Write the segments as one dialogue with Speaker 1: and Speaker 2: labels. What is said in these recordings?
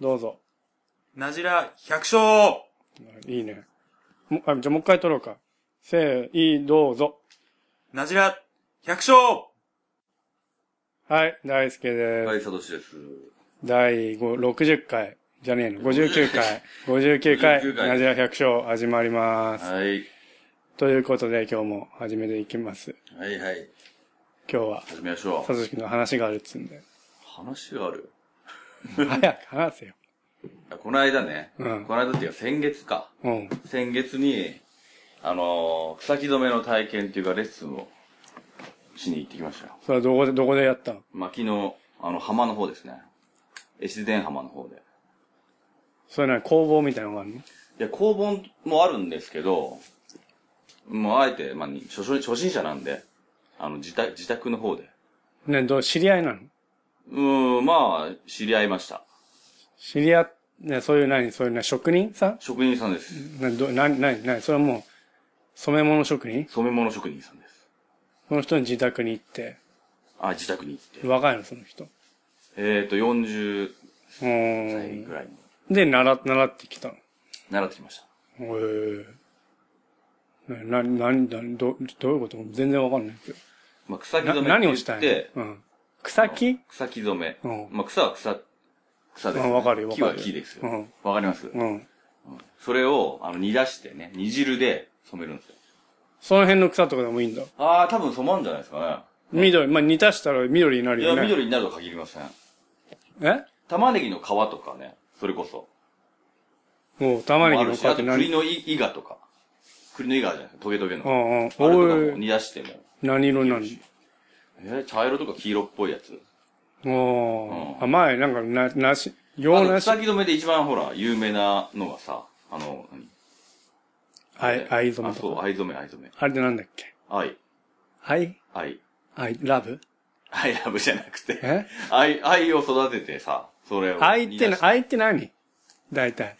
Speaker 1: どうぞ。
Speaker 2: なじら百姓
Speaker 1: いいね。もあじゃあもう一回撮ろうか。せー、い、どうぞ。
Speaker 2: なじら百姓
Speaker 1: はい、大輔です。
Speaker 3: はい、サトシです。
Speaker 1: 第5 60回。じゃねえの、59回。59回、
Speaker 3: 59回
Speaker 1: ナジア百姓始まります。
Speaker 3: はい。
Speaker 1: ということで今日も始めていきます。
Speaker 3: はいはい。
Speaker 1: 今日は、
Speaker 3: 始めましょ
Speaker 1: さ
Speaker 3: う。
Speaker 1: としきの話があるっつうん で。
Speaker 3: 話がある。
Speaker 1: 早く話せよ。
Speaker 3: あこの間ね、
Speaker 1: うん
Speaker 3: この間っていうか先月か。
Speaker 1: うん。
Speaker 3: 先月に、あのー、草木染めの体験っていうかレッスンをしに行ってきましたよ。
Speaker 1: それはどこで、どこでやったの
Speaker 3: まあ、昨日、あの、浜の方ですね。越前浜の方で。
Speaker 1: それなに工房みたいなのがあるの
Speaker 3: いや、工房もあるんですけど、もうあえて、まあ、に初初心者なんで、あの、自宅、自宅の方で。
Speaker 1: ね、どう、知り合いなの
Speaker 3: うーん、まあ、知り合いました。
Speaker 1: 知り合っ、ね、そういう何、そういうな職人さん
Speaker 3: 職人さんです。
Speaker 1: な、ど、な、な、な、それはもう、染め物職人
Speaker 3: 染め物職人さんです。
Speaker 1: その人の自宅に行って、
Speaker 3: あ、自宅に行って。
Speaker 1: 若いの、その人。
Speaker 3: えっ、ー、と、40
Speaker 1: うー
Speaker 3: 歳
Speaker 1: ん。
Speaker 3: ぐらいに
Speaker 1: で、習、習ってきたの。
Speaker 3: 習ってきました。
Speaker 1: へえ。な、な、な、ど、どういうこと全然わかんないけ
Speaker 3: まあ、草木
Speaker 1: ど。
Speaker 3: 染
Speaker 1: な、何
Speaker 3: め
Speaker 1: を
Speaker 3: って言っ
Speaker 1: したい
Speaker 3: て
Speaker 1: のうん。草木
Speaker 3: 草木染め。
Speaker 1: うん
Speaker 3: まあ、草は草、草です、
Speaker 1: うんわかるよわ
Speaker 3: 木
Speaker 1: かる
Speaker 3: は木です
Speaker 1: う
Speaker 3: よ。わ、
Speaker 1: ん
Speaker 3: かります、
Speaker 1: うん。
Speaker 3: それを、あの、煮出してね、煮汁で染めるんですよ。
Speaker 1: その辺の草とかでもいいんだ。
Speaker 3: ああ、多分染まるんじゃないですか
Speaker 1: 緑、まあ、煮足したら緑になる
Speaker 3: ね。い
Speaker 1: よ
Speaker 3: や、
Speaker 1: ね。
Speaker 3: 緑になるとは限りません。
Speaker 1: え
Speaker 3: 玉ねぎの皮とかね、それこそ。
Speaker 1: もう玉ねぎの
Speaker 3: もうある
Speaker 1: 皮
Speaker 3: しあ
Speaker 1: って
Speaker 3: と
Speaker 1: 何
Speaker 3: 栗のいイガとか。栗のイガあるじゃないですか、トゲトゲの。
Speaker 1: う
Speaker 3: あ
Speaker 1: んうん。
Speaker 3: れとか
Speaker 1: お
Speaker 3: も
Speaker 1: い、
Speaker 3: 煮出しても。
Speaker 1: 何色になる
Speaker 3: えー、茶色とか黄色っぽいやつ。
Speaker 1: のお
Speaker 3: う
Speaker 1: ー。
Speaker 3: ん
Speaker 1: あ、前、なんか、な、なし、洋
Speaker 3: あの
Speaker 1: なし
Speaker 3: 草、木染めで一番ほら、有名なのがさ、あの、何
Speaker 1: あい、藍染
Speaker 3: あ、
Speaker 1: め
Speaker 3: そ
Speaker 1: と
Speaker 3: う、
Speaker 1: か。
Speaker 3: 藍染め、藍染め。
Speaker 1: あれでなんだっけ
Speaker 3: 藍、
Speaker 1: 愛
Speaker 3: 藍。
Speaker 1: 愛、ラブ
Speaker 3: 藍ラブじゃなくて、
Speaker 1: え
Speaker 3: 藍、藍を育ててさ、それを。
Speaker 1: 愛ってな、
Speaker 3: な、
Speaker 1: 愛って何大体。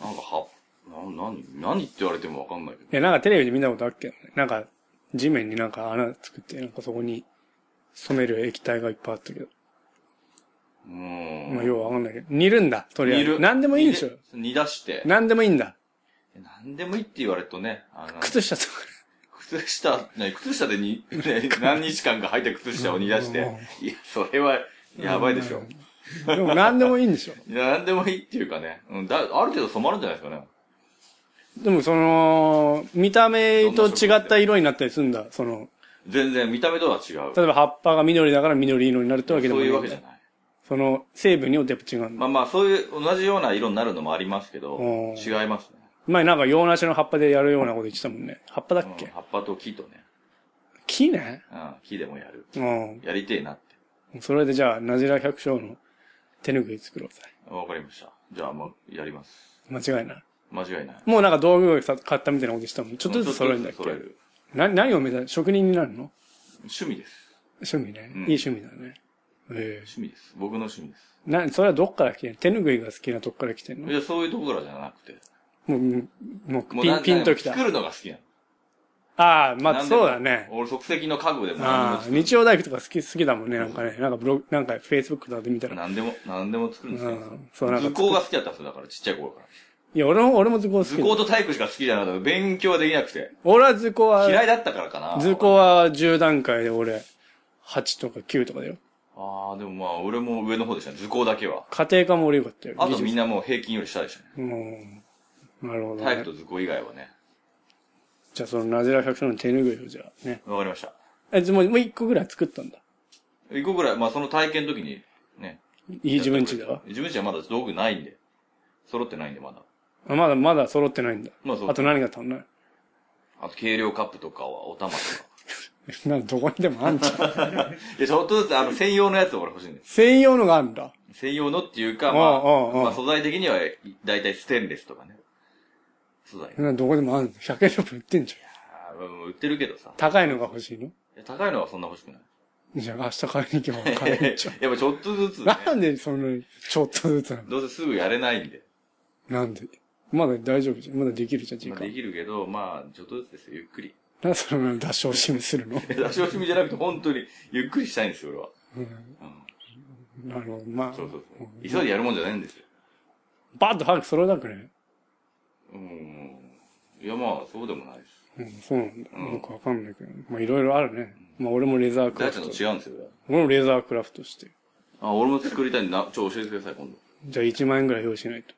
Speaker 3: なんか、は、な、何、何って言われてもわかんないけど。
Speaker 1: いや、なんかテレビで見たことあるけどね。なんか、地面になんか穴作って、なんかそこに染める液体がいっぱいあったけど。
Speaker 3: うーん。
Speaker 1: まあ、ようわかんないけど。煮るんだ、とりあえ
Speaker 3: 煮
Speaker 1: ず。
Speaker 3: る
Speaker 1: 何でもいいでしょ。
Speaker 3: 煮出して。
Speaker 1: 何でもいいんだ。
Speaker 3: 何でもいいって言われるとね、あの、
Speaker 1: 靴下とか。
Speaker 3: 靴下、ね、靴下でに、ね、何日間か履いた靴下を煮出して
Speaker 1: うん、
Speaker 3: いや、それは、やばいでしょ。
Speaker 1: でも何でもいいんでしょ。
Speaker 3: いや、なんでもいいっていうかね。うん、だ、ある程度染まるんじゃないですかね。
Speaker 1: でもその、見た目と違った色になったりするんだ。その、
Speaker 3: 全然、見た目とは違う。
Speaker 1: 例えば葉っぱが緑だから緑色になるってわけで
Speaker 3: そ
Speaker 1: も
Speaker 3: う
Speaker 1: ないいんだ。
Speaker 3: うわけじゃない。
Speaker 1: その、成分によってやっぱ違うんだ。
Speaker 3: まあまあ、そういう、同じような色になるのもありますけど、
Speaker 1: うん
Speaker 3: 違いますね。
Speaker 1: 前なんか洋梨の葉っぱでやるようなこと言ってたもんね。葉っぱだっ
Speaker 3: うん
Speaker 1: け、
Speaker 3: 葉っぱと木とね、
Speaker 1: 木ね
Speaker 3: うん、木でもやる。
Speaker 1: うん。
Speaker 3: やりてえなって。
Speaker 1: それでじゃあ、ナジラ百姓の手ぬぐい作ろうぜ。
Speaker 3: わかりました。じゃあ、もう、やります。
Speaker 1: 間違いない。
Speaker 3: 間違いない。
Speaker 1: もうなんか道具をさ買ったみたいなことしたもん。ちょっとずつ揃えるんだっけ
Speaker 3: ちょとずつ揃える
Speaker 1: な何を目指す職人になるの
Speaker 3: 趣味です。
Speaker 1: 趣味ね、
Speaker 3: うん
Speaker 1: いい趣味だね。ええ
Speaker 3: 趣味です。僕の趣味です。
Speaker 1: な、それはどっから来てんの手ぬぐいが好きなとこから来てんの
Speaker 3: いや、そういうとこからじゃなくて。
Speaker 1: もう、もう、
Speaker 3: もう
Speaker 1: ピ
Speaker 3: な
Speaker 1: ン、
Speaker 3: ん
Speaker 1: ピンときた
Speaker 3: 作。るのが好きなの。
Speaker 1: ああ、まあ
Speaker 3: 何でも
Speaker 1: そうだね。
Speaker 3: 俺、即席の家具でも何
Speaker 1: ああ、
Speaker 3: でも
Speaker 1: 日曜大工とか好き、好きだもんね、なんかね。なんかブログ、なんか Facebook とかで見た
Speaker 3: 作る。
Speaker 1: ら。
Speaker 3: 何でも、何でも作るんですよ
Speaker 1: うん。そうなんか
Speaker 3: 図工が好きだったんですよ、だから、ちっちゃい頃から。
Speaker 1: いや、俺も、俺も図工好き
Speaker 3: 図
Speaker 1: だ
Speaker 3: 工。と体育しか好きじゃなかった。勉強はできなくて。
Speaker 1: 俺は図工は、
Speaker 3: 嫌いだったからかな。
Speaker 1: 図工は10段階で俺、8とか9とかだよ。
Speaker 3: ああ、でもまあ、俺も上の方でしたね。図工だけは。
Speaker 1: 家庭科も俺よかったよ。
Speaker 3: あとみん
Speaker 1: な。
Speaker 3: なもう平均より下でしたね。
Speaker 1: うん。なるほど、
Speaker 3: 体
Speaker 1: ね
Speaker 3: 育と。図工以外はね。
Speaker 1: じゃあそのナジラ百姓の手拭いをじゃあね。
Speaker 3: わかりました。
Speaker 1: え、もう、もう一個ぐらい作ったんだ。
Speaker 3: 一個ぐらい、まあその体験の時に、ね。
Speaker 1: いい自分家では。
Speaker 3: 自分ちはまだ道具ないんで。揃ってないんで、まだ。
Speaker 1: あまだまだ揃ってないんだ。
Speaker 3: まあそう
Speaker 1: あと何が足んない
Speaker 3: あと、軽量カップとかは、お玉とか。
Speaker 1: なんかどこにでもあんじゃん。
Speaker 3: いや、ちょっとずつ、あの、専用のやつを俺欲しいんです。
Speaker 1: 専用のがあるんだ。
Speaker 3: 専用のっていうか、
Speaker 1: うんうんうん
Speaker 3: まあ、まあ、素材的には、だいたいステンレスとかね。素材。
Speaker 1: なんかどこでもあるんだ。100円ショップ売ってんじゃん。
Speaker 3: あーうん売ってるけどさ。
Speaker 1: 高いのが欲しいの
Speaker 3: いや高いのはそんな欲しくない。
Speaker 1: じゃあ明日買いに行けば買え
Speaker 3: や
Speaker 1: る
Speaker 3: っ
Speaker 1: じゃん。
Speaker 3: ぱちょっとずつ、ね、
Speaker 1: なんでその、ちょっとずつなの
Speaker 3: どうせすぐやれないんで。
Speaker 1: なんでまだ大丈夫じゃん。まだできるじゃん、時
Speaker 3: まあ、で
Speaker 1: 間。
Speaker 3: きるけど、まあ、ちょっとずつですよ、ゆっくり。
Speaker 1: なんでその脱症しみするの
Speaker 3: 出し惜しみじゃなくて、本当に、ゆっくりしたいんですよ、俺は。
Speaker 1: うんなるほど。まあ
Speaker 3: そうそうそう。急いでやるもんじゃないんですよ。
Speaker 1: バーッと早く揃えたくね。
Speaker 3: うん。いや、まあ、そうでもないし。
Speaker 1: うん、そうなんだ。なんかわかんないけど。まあいろいろあるね。まあ俺もレザーク
Speaker 3: 大
Speaker 1: ラフ
Speaker 3: ちゃん
Speaker 1: ト
Speaker 3: と。違うんですよ。
Speaker 1: 俺もレザークラフトして。
Speaker 3: あ、俺も作りたいんで、なちょ、教えてください、今度。
Speaker 1: じゃあ1万円ぐらい用意しないと。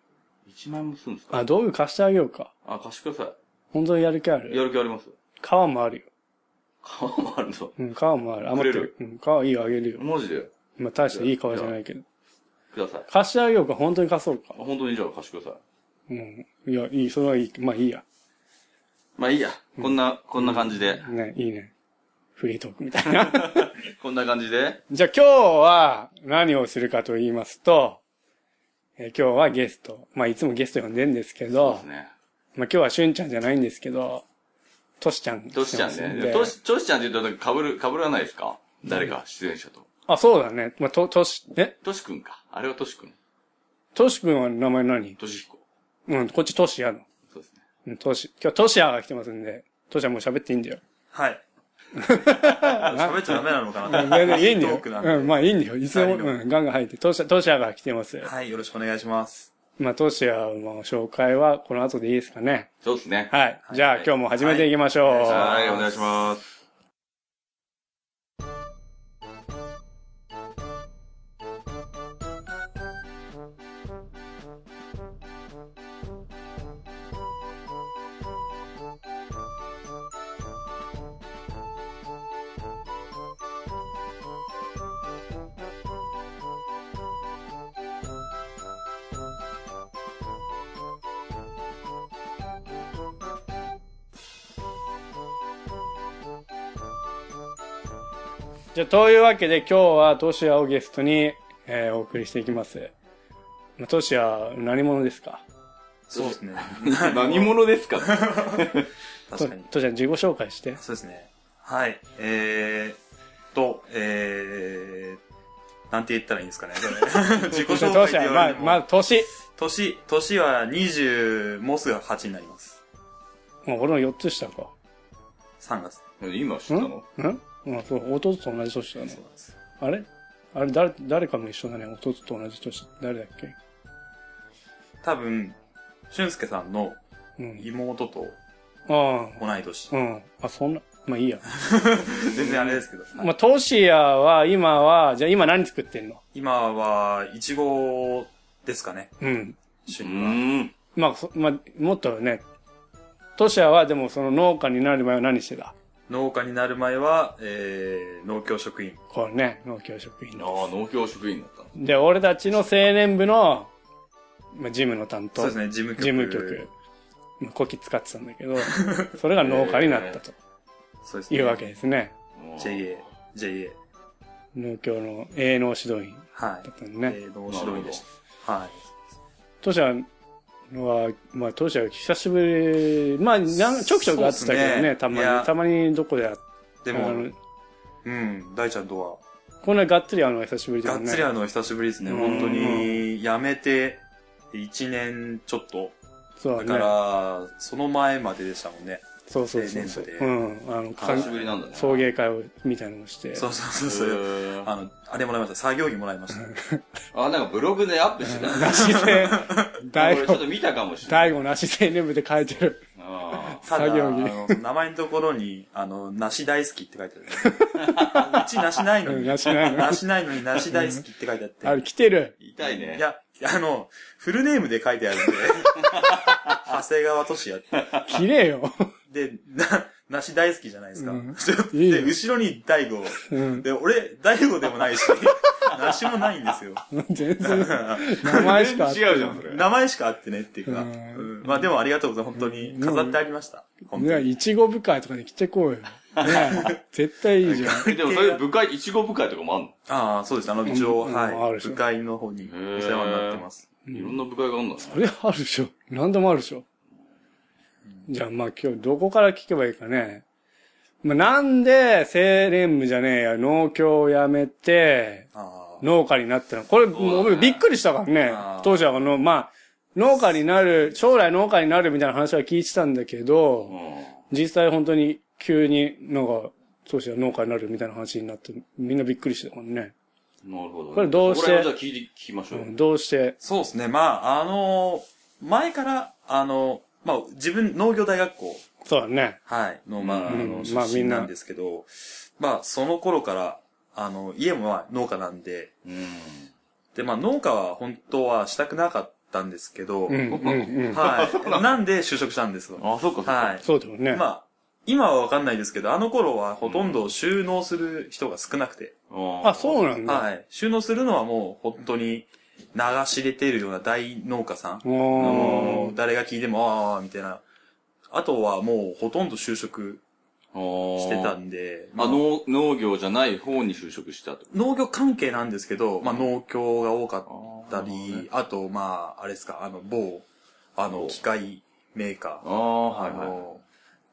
Speaker 3: 1万円もするんですか
Speaker 1: あ、道具貸してあげようか。
Speaker 3: あ、貸してくださ
Speaker 1: 本当にやる気あ
Speaker 3: い。や
Speaker 1: る
Speaker 3: る気あります
Speaker 1: 革もあるよ。
Speaker 3: 皮もあるぞ。
Speaker 1: うん、革もある。余ってる。うん、革いいよ、あげるよ。
Speaker 3: マジで
Speaker 1: まあ大していい革じゃないけど。
Speaker 3: ください。あ
Speaker 1: 貸してあげようか、本当に貸そうか。
Speaker 3: 本当にじゃあ貸してください。
Speaker 1: うん。いや、いい、それはいい。まあいいや。
Speaker 3: まあいいや。こんな、こんな感じで。
Speaker 1: ね、いいね。フリートークみたいな。
Speaker 3: こんな感じで。
Speaker 1: じゃあ今日は何をするかと言いますと、えー今日はゲスト。まあいつもゲスト呼んでんですけ
Speaker 3: そう
Speaker 1: ど
Speaker 3: で、すね。
Speaker 1: まあ今日はしゅんちゃんじゃないんですけど、としちゃん。
Speaker 3: トシちゃんね。トシ、トシちゃんって言うと被る、被らないですか誰か、出演者と。
Speaker 1: あ、そうだね。まあ、と、とし、え
Speaker 3: トシくんか。あれはトシくん。
Speaker 1: としくんは名前何
Speaker 3: トシヒコ。
Speaker 1: うん、こっちとしやの。
Speaker 3: そうですね。
Speaker 1: うん、とし。今日としやが来てますんで、としやもう喋っていいんだよ。
Speaker 2: はい。喋っちゃダメなのかな
Speaker 1: 全 然いいんだ
Speaker 2: ト
Speaker 1: よ
Speaker 2: ー。クなんで
Speaker 1: うん、まあいいんだよ。いつも、
Speaker 2: 二人の
Speaker 1: うん、ガンガン入って、としや、としやが来てます。
Speaker 2: はい、よろしくお願いします。
Speaker 1: まあとしやの紹介はこの後でいいですかね。
Speaker 3: そうですね。
Speaker 1: はい。じゃあ今日も始めていきましょう。
Speaker 2: は
Speaker 3: は
Speaker 2: い
Speaker 3: い、お願いします。
Speaker 1: じゃあ、というわけで今日はトシヤをゲストに、えーお送りしていきます。まあ、トシヤ、何者ですか
Speaker 2: そうですね。
Speaker 3: 何者ですか
Speaker 2: 確
Speaker 1: と
Speaker 2: かに。
Speaker 1: トシヤ、自己紹介して。
Speaker 2: そうですね。はい。えーっと、えー、なんて言ったらいいんですかね。 自己紹
Speaker 1: ト
Speaker 2: 介っ
Speaker 1: シ
Speaker 2: て言
Speaker 1: ヤ、
Speaker 2: わ
Speaker 1: ま
Speaker 2: れ
Speaker 1: あ
Speaker 2: て、も、
Speaker 1: まあ、トシ。
Speaker 2: 年、年は20、もうすぐ8になります。
Speaker 1: もう俺の4つ下か。
Speaker 2: 3月。
Speaker 3: 今知
Speaker 1: ん
Speaker 3: った
Speaker 1: ん
Speaker 3: の
Speaker 1: まあ、そう、弟と同じ年だね
Speaker 2: そう。なんです
Speaker 1: あれあれ、誰、誰かも一緒だね。弟と同じ年。誰だっけ
Speaker 2: 多分、俊介さんの
Speaker 1: うん。
Speaker 2: 妹と
Speaker 1: あ
Speaker 2: 同い年。
Speaker 1: あ、うん。あ、そんな、まあいいや。
Speaker 2: 全然あれですけど。
Speaker 1: まあ、トシヤは今は、じゃあ今何作ってんの
Speaker 2: 今は、イチゴですかね。
Speaker 1: うん。
Speaker 2: 主
Speaker 3: う
Speaker 2: には。
Speaker 3: ーん。
Speaker 1: まあ、そまあ、もっとね、トシヤはでもその農家になる前は何してた
Speaker 2: 農家になる前は、えー、農協職員。
Speaker 1: こうね、農協職員
Speaker 3: あ
Speaker 1: の。
Speaker 3: あ、農協職員だったの
Speaker 1: で、俺たちの青年部の、まあ、ジムの担当。
Speaker 2: そうですね、事務局。
Speaker 1: 事務局。。まあ、コキ使ってたんだけど、それが農家になったと
Speaker 2: そうですね。
Speaker 1: いうわけですね。
Speaker 3: あー
Speaker 2: JA。JA。
Speaker 1: 農協の営農指導員
Speaker 2: は
Speaker 1: だ
Speaker 2: い
Speaker 1: ったの。
Speaker 2: え
Speaker 1: ね。
Speaker 2: ー、農指導員でした。はい。
Speaker 1: トシヤは、まあ、トシヤは久しぶり、まあ、なんちょくちょく会ってたけど
Speaker 2: そうっす
Speaker 1: ね、
Speaker 2: ね
Speaker 1: たま
Speaker 2: いや
Speaker 1: に、たまにどこで会っ
Speaker 2: で
Speaker 1: あ
Speaker 2: も
Speaker 1: の、
Speaker 2: うん、大ちゃんとは、
Speaker 1: こんながっつり会うのは久しぶりだ
Speaker 2: が
Speaker 1: よ
Speaker 2: っ
Speaker 1: ね。
Speaker 2: つり会うのは久しぶりですね。
Speaker 1: うん
Speaker 2: 本当に、辞めて、1年ちょっと。
Speaker 1: そう
Speaker 2: だ
Speaker 1: だね。
Speaker 2: から、その前まででしたもんね。
Speaker 1: そうそうそうそう。
Speaker 2: 青年部
Speaker 1: う
Speaker 2: で
Speaker 1: ん。あの、か
Speaker 3: 久しぶりなんだね。
Speaker 1: 送迎会を、みたいなのをして。
Speaker 2: そうそうそうそう。
Speaker 3: へー
Speaker 2: あの、あれもらいました。作業着もらいました。
Speaker 3: あ、なんかブログでアップしてた。
Speaker 1: なし で、大
Speaker 3: 俺ちょっ
Speaker 1: 悟、
Speaker 3: と見たかもしれな
Speaker 1: 大
Speaker 3: い。
Speaker 1: 悟なし青年部で書いてる。
Speaker 3: あ
Speaker 2: ただ、
Speaker 1: 作業着
Speaker 2: あの名前のところに、あの、梨大好きって書いてある。う ち梨ないの
Speaker 1: うん
Speaker 2: に、
Speaker 1: なしないの。
Speaker 2: 梨ないのに梨大好きって書いてあって。
Speaker 1: あれ、来てる。
Speaker 3: ー痛いね。
Speaker 2: いや、あの、フルネームで書いて あるんで、長谷川俊也って。
Speaker 1: 綺麗よ。
Speaker 2: で、な、梨大好きじゃないですか。
Speaker 1: うん
Speaker 2: ちょっと
Speaker 1: いいよ
Speaker 2: で、後ろに大悟。
Speaker 1: うん。
Speaker 2: で、俺、大悟でもないし、 梨もないんですよ。
Speaker 1: 全然、名前しか合ってない
Speaker 3: 違うじゃん、それ。
Speaker 2: 名前しかあってねっていうか。
Speaker 1: うん
Speaker 2: うんまあでもありがとうございます。本当に飾ってありました。本
Speaker 1: ね
Speaker 2: 当に。
Speaker 1: いちご部会とかに来てこうよ。ね絶対いいじゃん。
Speaker 3: でもそれ部会、いちご部会とかもあんの、
Speaker 2: ああ、そうです。あの、一応、
Speaker 1: うん
Speaker 2: は
Speaker 1: ある
Speaker 2: い。
Speaker 1: でしょ
Speaker 2: 部会の方にお世話になってます。
Speaker 3: いろんな部会があんだね。
Speaker 1: これあるでしょ。何でもあるでしょ。じゃあまあ今日どこから聞けばいいかね。まあなんで青年部じゃねえや、農協を辞めて、
Speaker 2: ああ。
Speaker 1: 農家になったの。これ、
Speaker 3: だね
Speaker 1: もうびっくりしたからね
Speaker 2: あ。ー
Speaker 1: 当時はあの、まあ、農家になる、将来農家になるみたいな話は聞いてたんだけど、
Speaker 3: う
Speaker 1: 実際本当に急になんか、当時は農家になるみたいな話になって、みんなびっくりしてたからね。
Speaker 3: なるほど、ね。
Speaker 1: これどうして
Speaker 3: そこら辺をじゃあ聞いて、聞きましょうよ。
Speaker 1: うんどうして、
Speaker 2: そうですね。まあ、あの前から、あのまあ、自分、農業大学校、
Speaker 1: そうだね。
Speaker 2: はい、の、まあ、あ
Speaker 1: う
Speaker 2: の、
Speaker 1: ん
Speaker 2: 出
Speaker 1: まあみ
Speaker 2: 身
Speaker 1: んな
Speaker 2: なんですけど、まあ、その頃から、あの、家もまあ農家なんで、
Speaker 3: うん。
Speaker 2: で、まあ、農家は本当はしたくなかったんですけど、
Speaker 1: うん、うん、うん。
Speaker 2: はい。なんで就職したんですよ。
Speaker 3: あ、そっかそっか。
Speaker 2: はい。
Speaker 1: そうだよね。
Speaker 2: まあ、今はわかんないですけど、あの頃はほとんど収納する人が少なくて、
Speaker 3: あ
Speaker 1: あ、そう
Speaker 3: な
Speaker 1: なんだ。
Speaker 2: はい。収納するのはもう本当に流し出てるような大農家さん。
Speaker 1: お
Speaker 2: あ
Speaker 1: お
Speaker 2: の誰が聞いても、ああ、みたいな。あとはもうほとんど就職
Speaker 3: の
Speaker 2: してたんで、ま
Speaker 3: あ、農、農業じゃない方に就職したと。
Speaker 2: 農業関係なんですけど、まあ農協が多かった
Speaker 3: あーね
Speaker 2: り、あとまあ、あれですか、あの某、あの
Speaker 3: 某
Speaker 2: 機械メーカー。
Speaker 3: ああ、は
Speaker 2: あ
Speaker 3: いはい。
Speaker 2: の、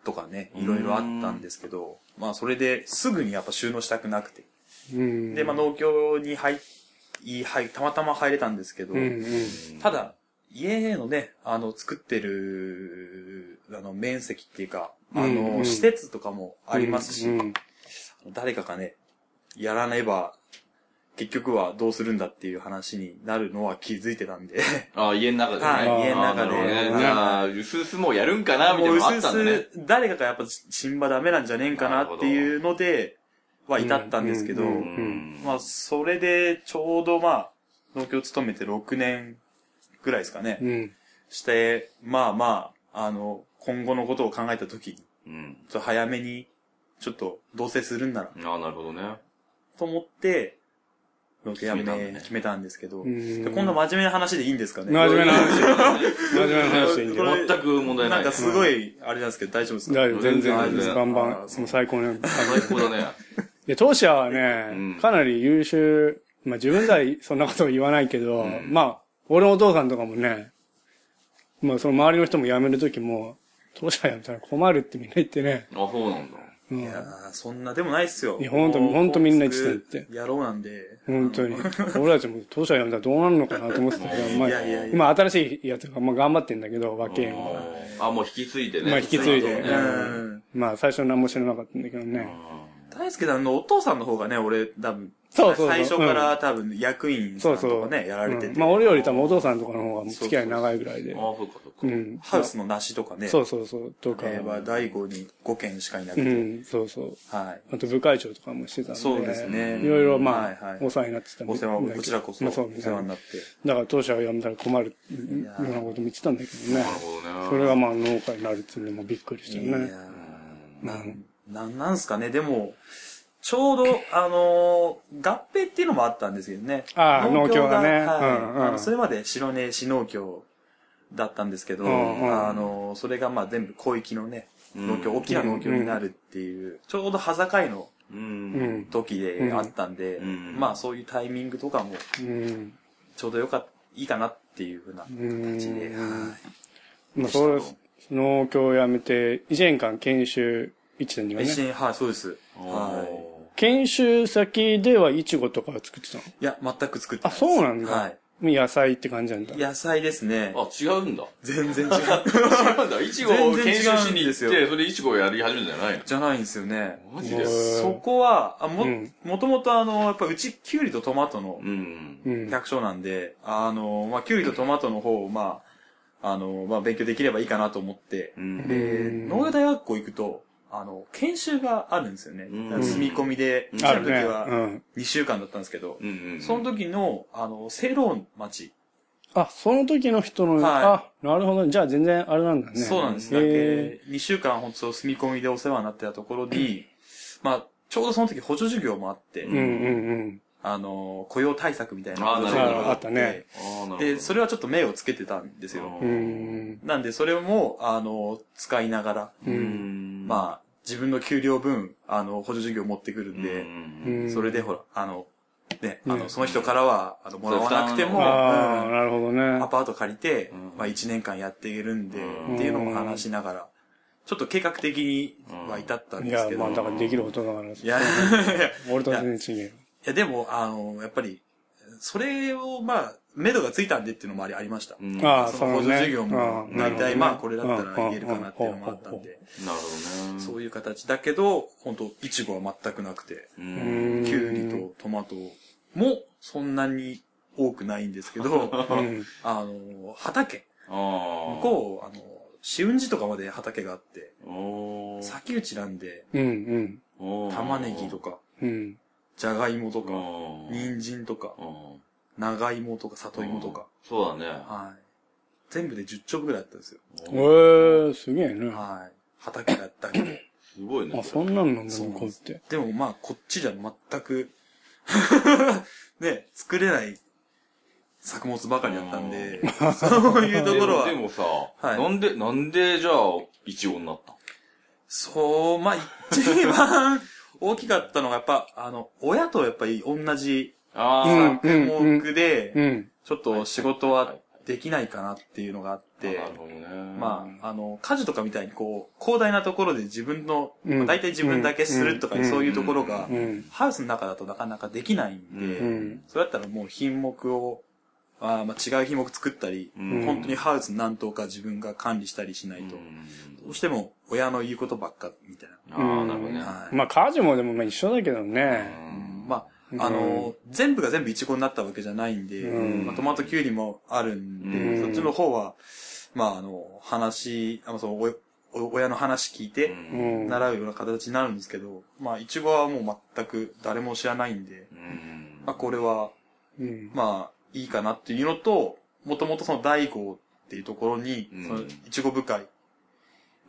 Speaker 2: とかね、いろいろあったんですけど、まあそれですぐにやっぱ収納したくなくて。
Speaker 1: うん。
Speaker 2: で、まあ農協に入い入たまたま入れたんですけど
Speaker 1: う、ん、うん。
Speaker 2: ただ、家のね、あの、作ってる、あの、面積っていうか、あ
Speaker 1: うんう
Speaker 2: の、
Speaker 1: ん
Speaker 2: 施設とかもありますし
Speaker 1: う、ん
Speaker 2: 誰かがね、やらねば、結局はどうするんだっていう話になるのは気づいて たんで、
Speaker 3: ああ、家の中でね。
Speaker 2: はい
Speaker 1: 家の中で
Speaker 3: ああなるほどね
Speaker 1: はい
Speaker 3: じゃあ、うすうすもうやるんかな、みたい
Speaker 2: も
Speaker 3: な
Speaker 2: う
Speaker 3: のが
Speaker 2: 薄
Speaker 3: あったんだね。
Speaker 2: 々、誰かがやっぱ新馬ダメなんじゃねえんかなっていうので、は至ったんですけど、
Speaker 1: うん
Speaker 3: う
Speaker 1: 々
Speaker 3: ん。
Speaker 2: まあ、それでちょうどまあ、農協勤めて6年ぐらいですかね、
Speaker 1: うん。
Speaker 2: して、まあまあ、あの、今後のことを考えた時に、ちょ
Speaker 3: うん。
Speaker 2: っと早めに、ちょっと、同棲するんなら、
Speaker 3: ああ、なるほどね。
Speaker 2: と思って、農協辞
Speaker 3: 決め
Speaker 2: め
Speaker 3: たんだね
Speaker 2: 決めたんですけど、
Speaker 1: うん
Speaker 2: で今度真面目な話でいいんですかね
Speaker 1: 真面目な話。真面目な話でいいんだ
Speaker 2: こ
Speaker 1: よ。
Speaker 2: れ
Speaker 3: 全く問題ない。
Speaker 2: なんかすごい、あれなんですけど、大丈夫ですか
Speaker 1: 大丈夫、全然
Speaker 3: 全然全然
Speaker 1: バンバン、も
Speaker 2: あ
Speaker 1: う
Speaker 2: ーそう
Speaker 1: 最高の。
Speaker 3: 最高だね。
Speaker 1: で、当社は
Speaker 3: うん
Speaker 1: ね、かなり優秀、まあ自分では そんなこと言わないけど、
Speaker 3: ん
Speaker 1: まあ、俺のお父さんとかもね、まあその周りの人も辞めるときも、当社辞めたら困るってみんな言ってね。
Speaker 3: あ、そうなんだ。
Speaker 1: うん
Speaker 2: いやーそんなでもないっすよ。
Speaker 1: いやほんと
Speaker 2: もう
Speaker 1: ほんとみんな言ってた言って
Speaker 2: やろうなんで。
Speaker 1: 本当 に。俺たちも当社辞めたらどうなるのかなと思ってたけど、まあ
Speaker 2: いやいやいや
Speaker 1: 今新しいやつがまあ頑張ってんだけど、和系も。
Speaker 3: あ、もう引き継いでね。
Speaker 1: まあ引き継いで
Speaker 3: そう
Speaker 2: う
Speaker 3: だね
Speaker 2: ん。
Speaker 1: まあ最初何も知らなかったんだけどね。
Speaker 2: 大輔さんのお父さんの方がね、俺多分、
Speaker 1: そうそうそう
Speaker 2: 最初から多分役員さ
Speaker 1: そ
Speaker 2: ん
Speaker 1: うそう。
Speaker 2: とかね、やられて
Speaker 1: う
Speaker 2: て。
Speaker 1: んまあ俺より多分お父さんとかの方がもう付き合い長いぐらいで。
Speaker 3: ああ、そうかそううか。
Speaker 1: ん。
Speaker 2: ハウスの梨とかね。
Speaker 1: そうそうそう。とか。
Speaker 2: えーまあ第5に5件しかいなく
Speaker 1: う
Speaker 2: て。
Speaker 1: ん、そうそう。
Speaker 2: はい。
Speaker 1: あと部会長とかもしてたんで。
Speaker 2: そうですね
Speaker 1: いろいろま
Speaker 2: はいは
Speaker 1: あ
Speaker 2: い、
Speaker 1: お世話になってたん
Speaker 2: お
Speaker 1: だけ
Speaker 2: 世
Speaker 1: ど
Speaker 2: 話を、こちらこそ、
Speaker 1: ま
Speaker 2: お
Speaker 1: あそう
Speaker 2: 世話になって。
Speaker 1: だから当社を辞めたら困る
Speaker 2: や
Speaker 1: よ
Speaker 2: ー
Speaker 1: うなことも言ってたんだけどね
Speaker 3: なる。ほどね。
Speaker 1: それがまあ農家になるっていうのもびっくりした
Speaker 2: いや
Speaker 1: よね。
Speaker 2: ー
Speaker 1: うん
Speaker 2: なん、なんなんすかね。でも、ちょうど、あのー合併っていうのもあったんですけどね。
Speaker 1: ああ農協がね
Speaker 2: はい
Speaker 1: うんうん
Speaker 2: あのそれまで白根市農協だったんですけど、
Speaker 1: うんうん
Speaker 2: あのーそれがまあ全部広域のね、
Speaker 3: うん
Speaker 2: 農協、大きな農協になるっていう、ちょうど端境の
Speaker 3: う。
Speaker 1: うんん。
Speaker 2: 時であったんで、
Speaker 3: うん
Speaker 2: まあそういうタイミングとかも、
Speaker 1: うん。
Speaker 2: ちょうどよかっいいかなっていうふうな形で、
Speaker 1: うん
Speaker 2: はい
Speaker 1: まあそうです。農協を辞めて、1年間研修1.2
Speaker 2: 一
Speaker 1: ね。
Speaker 2: 年、はい、そうです。
Speaker 3: あ
Speaker 2: はい。
Speaker 1: 研修先ではいちごとかは作ってたの
Speaker 2: いや、全く作ってないです
Speaker 1: あそうなんだ
Speaker 2: はい。
Speaker 1: 野菜って感じなんだ。
Speaker 2: 野菜ですね。
Speaker 3: あ、違うん だ。
Speaker 2: 全然違う。
Speaker 3: 違うんだ。いちごを研修しに行って、
Speaker 2: 全
Speaker 3: そ
Speaker 2: 然違うんですよ
Speaker 3: れでいちごをやり始めるんじゃないの
Speaker 2: じゃないんですよね。
Speaker 3: マジで
Speaker 1: へー
Speaker 2: そこは、あも、
Speaker 1: うん
Speaker 2: もともとあの、やっぱうち、キュウリとトマトの
Speaker 3: うん。
Speaker 1: うん。
Speaker 2: 百姓なんで、あの、まあ、キュウリとトマトの方を、まあ、あの、まあ、勉強できればいいかなと思って
Speaker 3: う、ん。
Speaker 2: で、
Speaker 1: うん
Speaker 2: 農業大学校行くと、あの、研修があるんですよね。
Speaker 3: うん
Speaker 2: だから住み込みで、
Speaker 3: う
Speaker 2: うんち
Speaker 1: あ
Speaker 2: の
Speaker 1: る
Speaker 2: 時
Speaker 1: ね。う
Speaker 2: は
Speaker 1: ん。
Speaker 2: 2週間だったんですけど、
Speaker 3: うん。
Speaker 2: その時の、あの、セロン町、
Speaker 1: あ、その時の人の、
Speaker 2: はい
Speaker 1: あ、なるほど。じゃあ全然あれなんだね。
Speaker 2: そうなんです。
Speaker 1: へ
Speaker 2: だ
Speaker 1: ー
Speaker 2: け2週間本当住み込みでお世話になってたところに、まあ、ちょうどその時補助授業もあって、
Speaker 1: うんうん
Speaker 2: あの、雇用対策みたいな
Speaker 3: あー
Speaker 1: う
Speaker 3: なる
Speaker 1: ん。
Speaker 3: ほど
Speaker 1: ああったね。
Speaker 3: ああ、なるほど。
Speaker 2: で、それはちょっと目をつけてたんですよ。
Speaker 1: う。ん。
Speaker 2: なんで、それも、あの、使いながら、
Speaker 1: う。
Speaker 3: うんん。
Speaker 2: まあ、自分の給料分、あの、補助授業持ってくる
Speaker 3: あ
Speaker 2: んで、
Speaker 1: うん
Speaker 2: それでほら、あの、ね、あ
Speaker 1: う
Speaker 2: の、
Speaker 1: ん
Speaker 2: その人からは、あの、もらわなくても、
Speaker 1: ああ、
Speaker 2: うん
Speaker 1: なるほどね。
Speaker 2: アパート借りて
Speaker 3: うん、
Speaker 2: まあ、1年間やっていけるんで、
Speaker 3: うん
Speaker 2: っていうのも話しながら、ちょっと計画的には至ったん
Speaker 1: い
Speaker 2: です
Speaker 1: や
Speaker 2: け、ど、
Speaker 1: まあだからできることだから。
Speaker 2: いや、いや、い
Speaker 1: 俺とは全然違う。
Speaker 2: やでも、あの、やっぱり、それを、まあ、目処がついたんでっていうのもありありました。
Speaker 3: うん。
Speaker 1: ああ、
Speaker 2: そ
Speaker 1: そ
Speaker 2: の
Speaker 1: の
Speaker 2: 補助
Speaker 1: ね。
Speaker 2: 授業も、
Speaker 1: うん
Speaker 2: 大体まあ、これだった
Speaker 1: う
Speaker 2: ら
Speaker 1: ん
Speaker 2: いけるかなっていうのもあったんで、
Speaker 3: なるほどね。
Speaker 2: そういう形だけど、本当いちごは全くなくて、
Speaker 3: う
Speaker 1: うん
Speaker 3: ん。
Speaker 2: きゅうりとトマトもそんなに多くないんですけど、
Speaker 1: うん。
Speaker 2: あの、畑。
Speaker 3: あ
Speaker 2: 向
Speaker 3: ー
Speaker 2: こう、あの、紫雲寺とかまで畑があって、
Speaker 3: おー
Speaker 2: 先打ちなんで、
Speaker 1: うん、うん。
Speaker 3: おー
Speaker 2: 玉ねぎとか、
Speaker 1: うん。
Speaker 2: じゃがいもとか、
Speaker 3: おー
Speaker 2: 人参とか、
Speaker 3: うん
Speaker 2: 長芋とか、里芋とか。
Speaker 3: そうだね。
Speaker 2: はい。全部で10丁ぐらいあったんですよ。
Speaker 1: え
Speaker 3: おー
Speaker 1: ー、すげえな。
Speaker 2: はい。畑だったけど。
Speaker 3: すごいね。
Speaker 1: あ、
Speaker 3: そ
Speaker 1: そ
Speaker 3: れ
Speaker 1: んなんなんだ、
Speaker 2: そう
Speaker 1: 向
Speaker 2: なん
Speaker 1: こう
Speaker 2: で
Speaker 1: っ
Speaker 2: す
Speaker 1: て。
Speaker 2: でもまあ、こっちじゃ全く、ね、作れない作物ばかりだったんで、そういうところは
Speaker 3: で。もでもさ、
Speaker 2: はい
Speaker 3: なんで、なんでじゃあ、イチゴになった
Speaker 2: そう、まあ、一番大きかったのがやっぱ、あの、親とやっぱり同じ
Speaker 3: あ
Speaker 1: うん
Speaker 3: ー
Speaker 2: 項目で
Speaker 1: う、ん。
Speaker 2: ちょっと仕事はできないかなっていうのがあって
Speaker 3: な、るほどね。
Speaker 2: まあ、あの、家事とかみたいにこう、広大なところで自分の、
Speaker 1: うん
Speaker 2: まあ大体自分だけするとか、
Speaker 1: うん
Speaker 2: そういうところが
Speaker 1: う、ん。
Speaker 2: ハウスの中だとなかなかできないんで、
Speaker 1: うん。
Speaker 2: それだったらもう品目を、あーまあ、違う品目作ったり、
Speaker 3: うん
Speaker 2: 本当にハウス何頭か自分が管理したりしないと、どうしても親の言うことばっかみたいな。
Speaker 3: ああ、なるほどね。
Speaker 2: はい
Speaker 1: まあ、家事もでもまあ一緒だけどね。
Speaker 3: うん
Speaker 2: まあ、あの、全部が全部イチゴになったわけじゃないんで、
Speaker 1: うん
Speaker 2: まあ、トマトキュウリもあるんで、
Speaker 1: うん
Speaker 2: そっちの方は、まあ、あの、話、あのそのおお親の話聞いうて、
Speaker 1: うんん。
Speaker 2: 習うような形になるんですけど、まあ、イチゴはもう全く誰も知らないんで、
Speaker 3: うん
Speaker 2: まあ、これは、
Speaker 1: うん。
Speaker 2: まあ、いいかなっていうのと、もともとその大悟っていうところに、
Speaker 3: うん
Speaker 2: その、いちご部会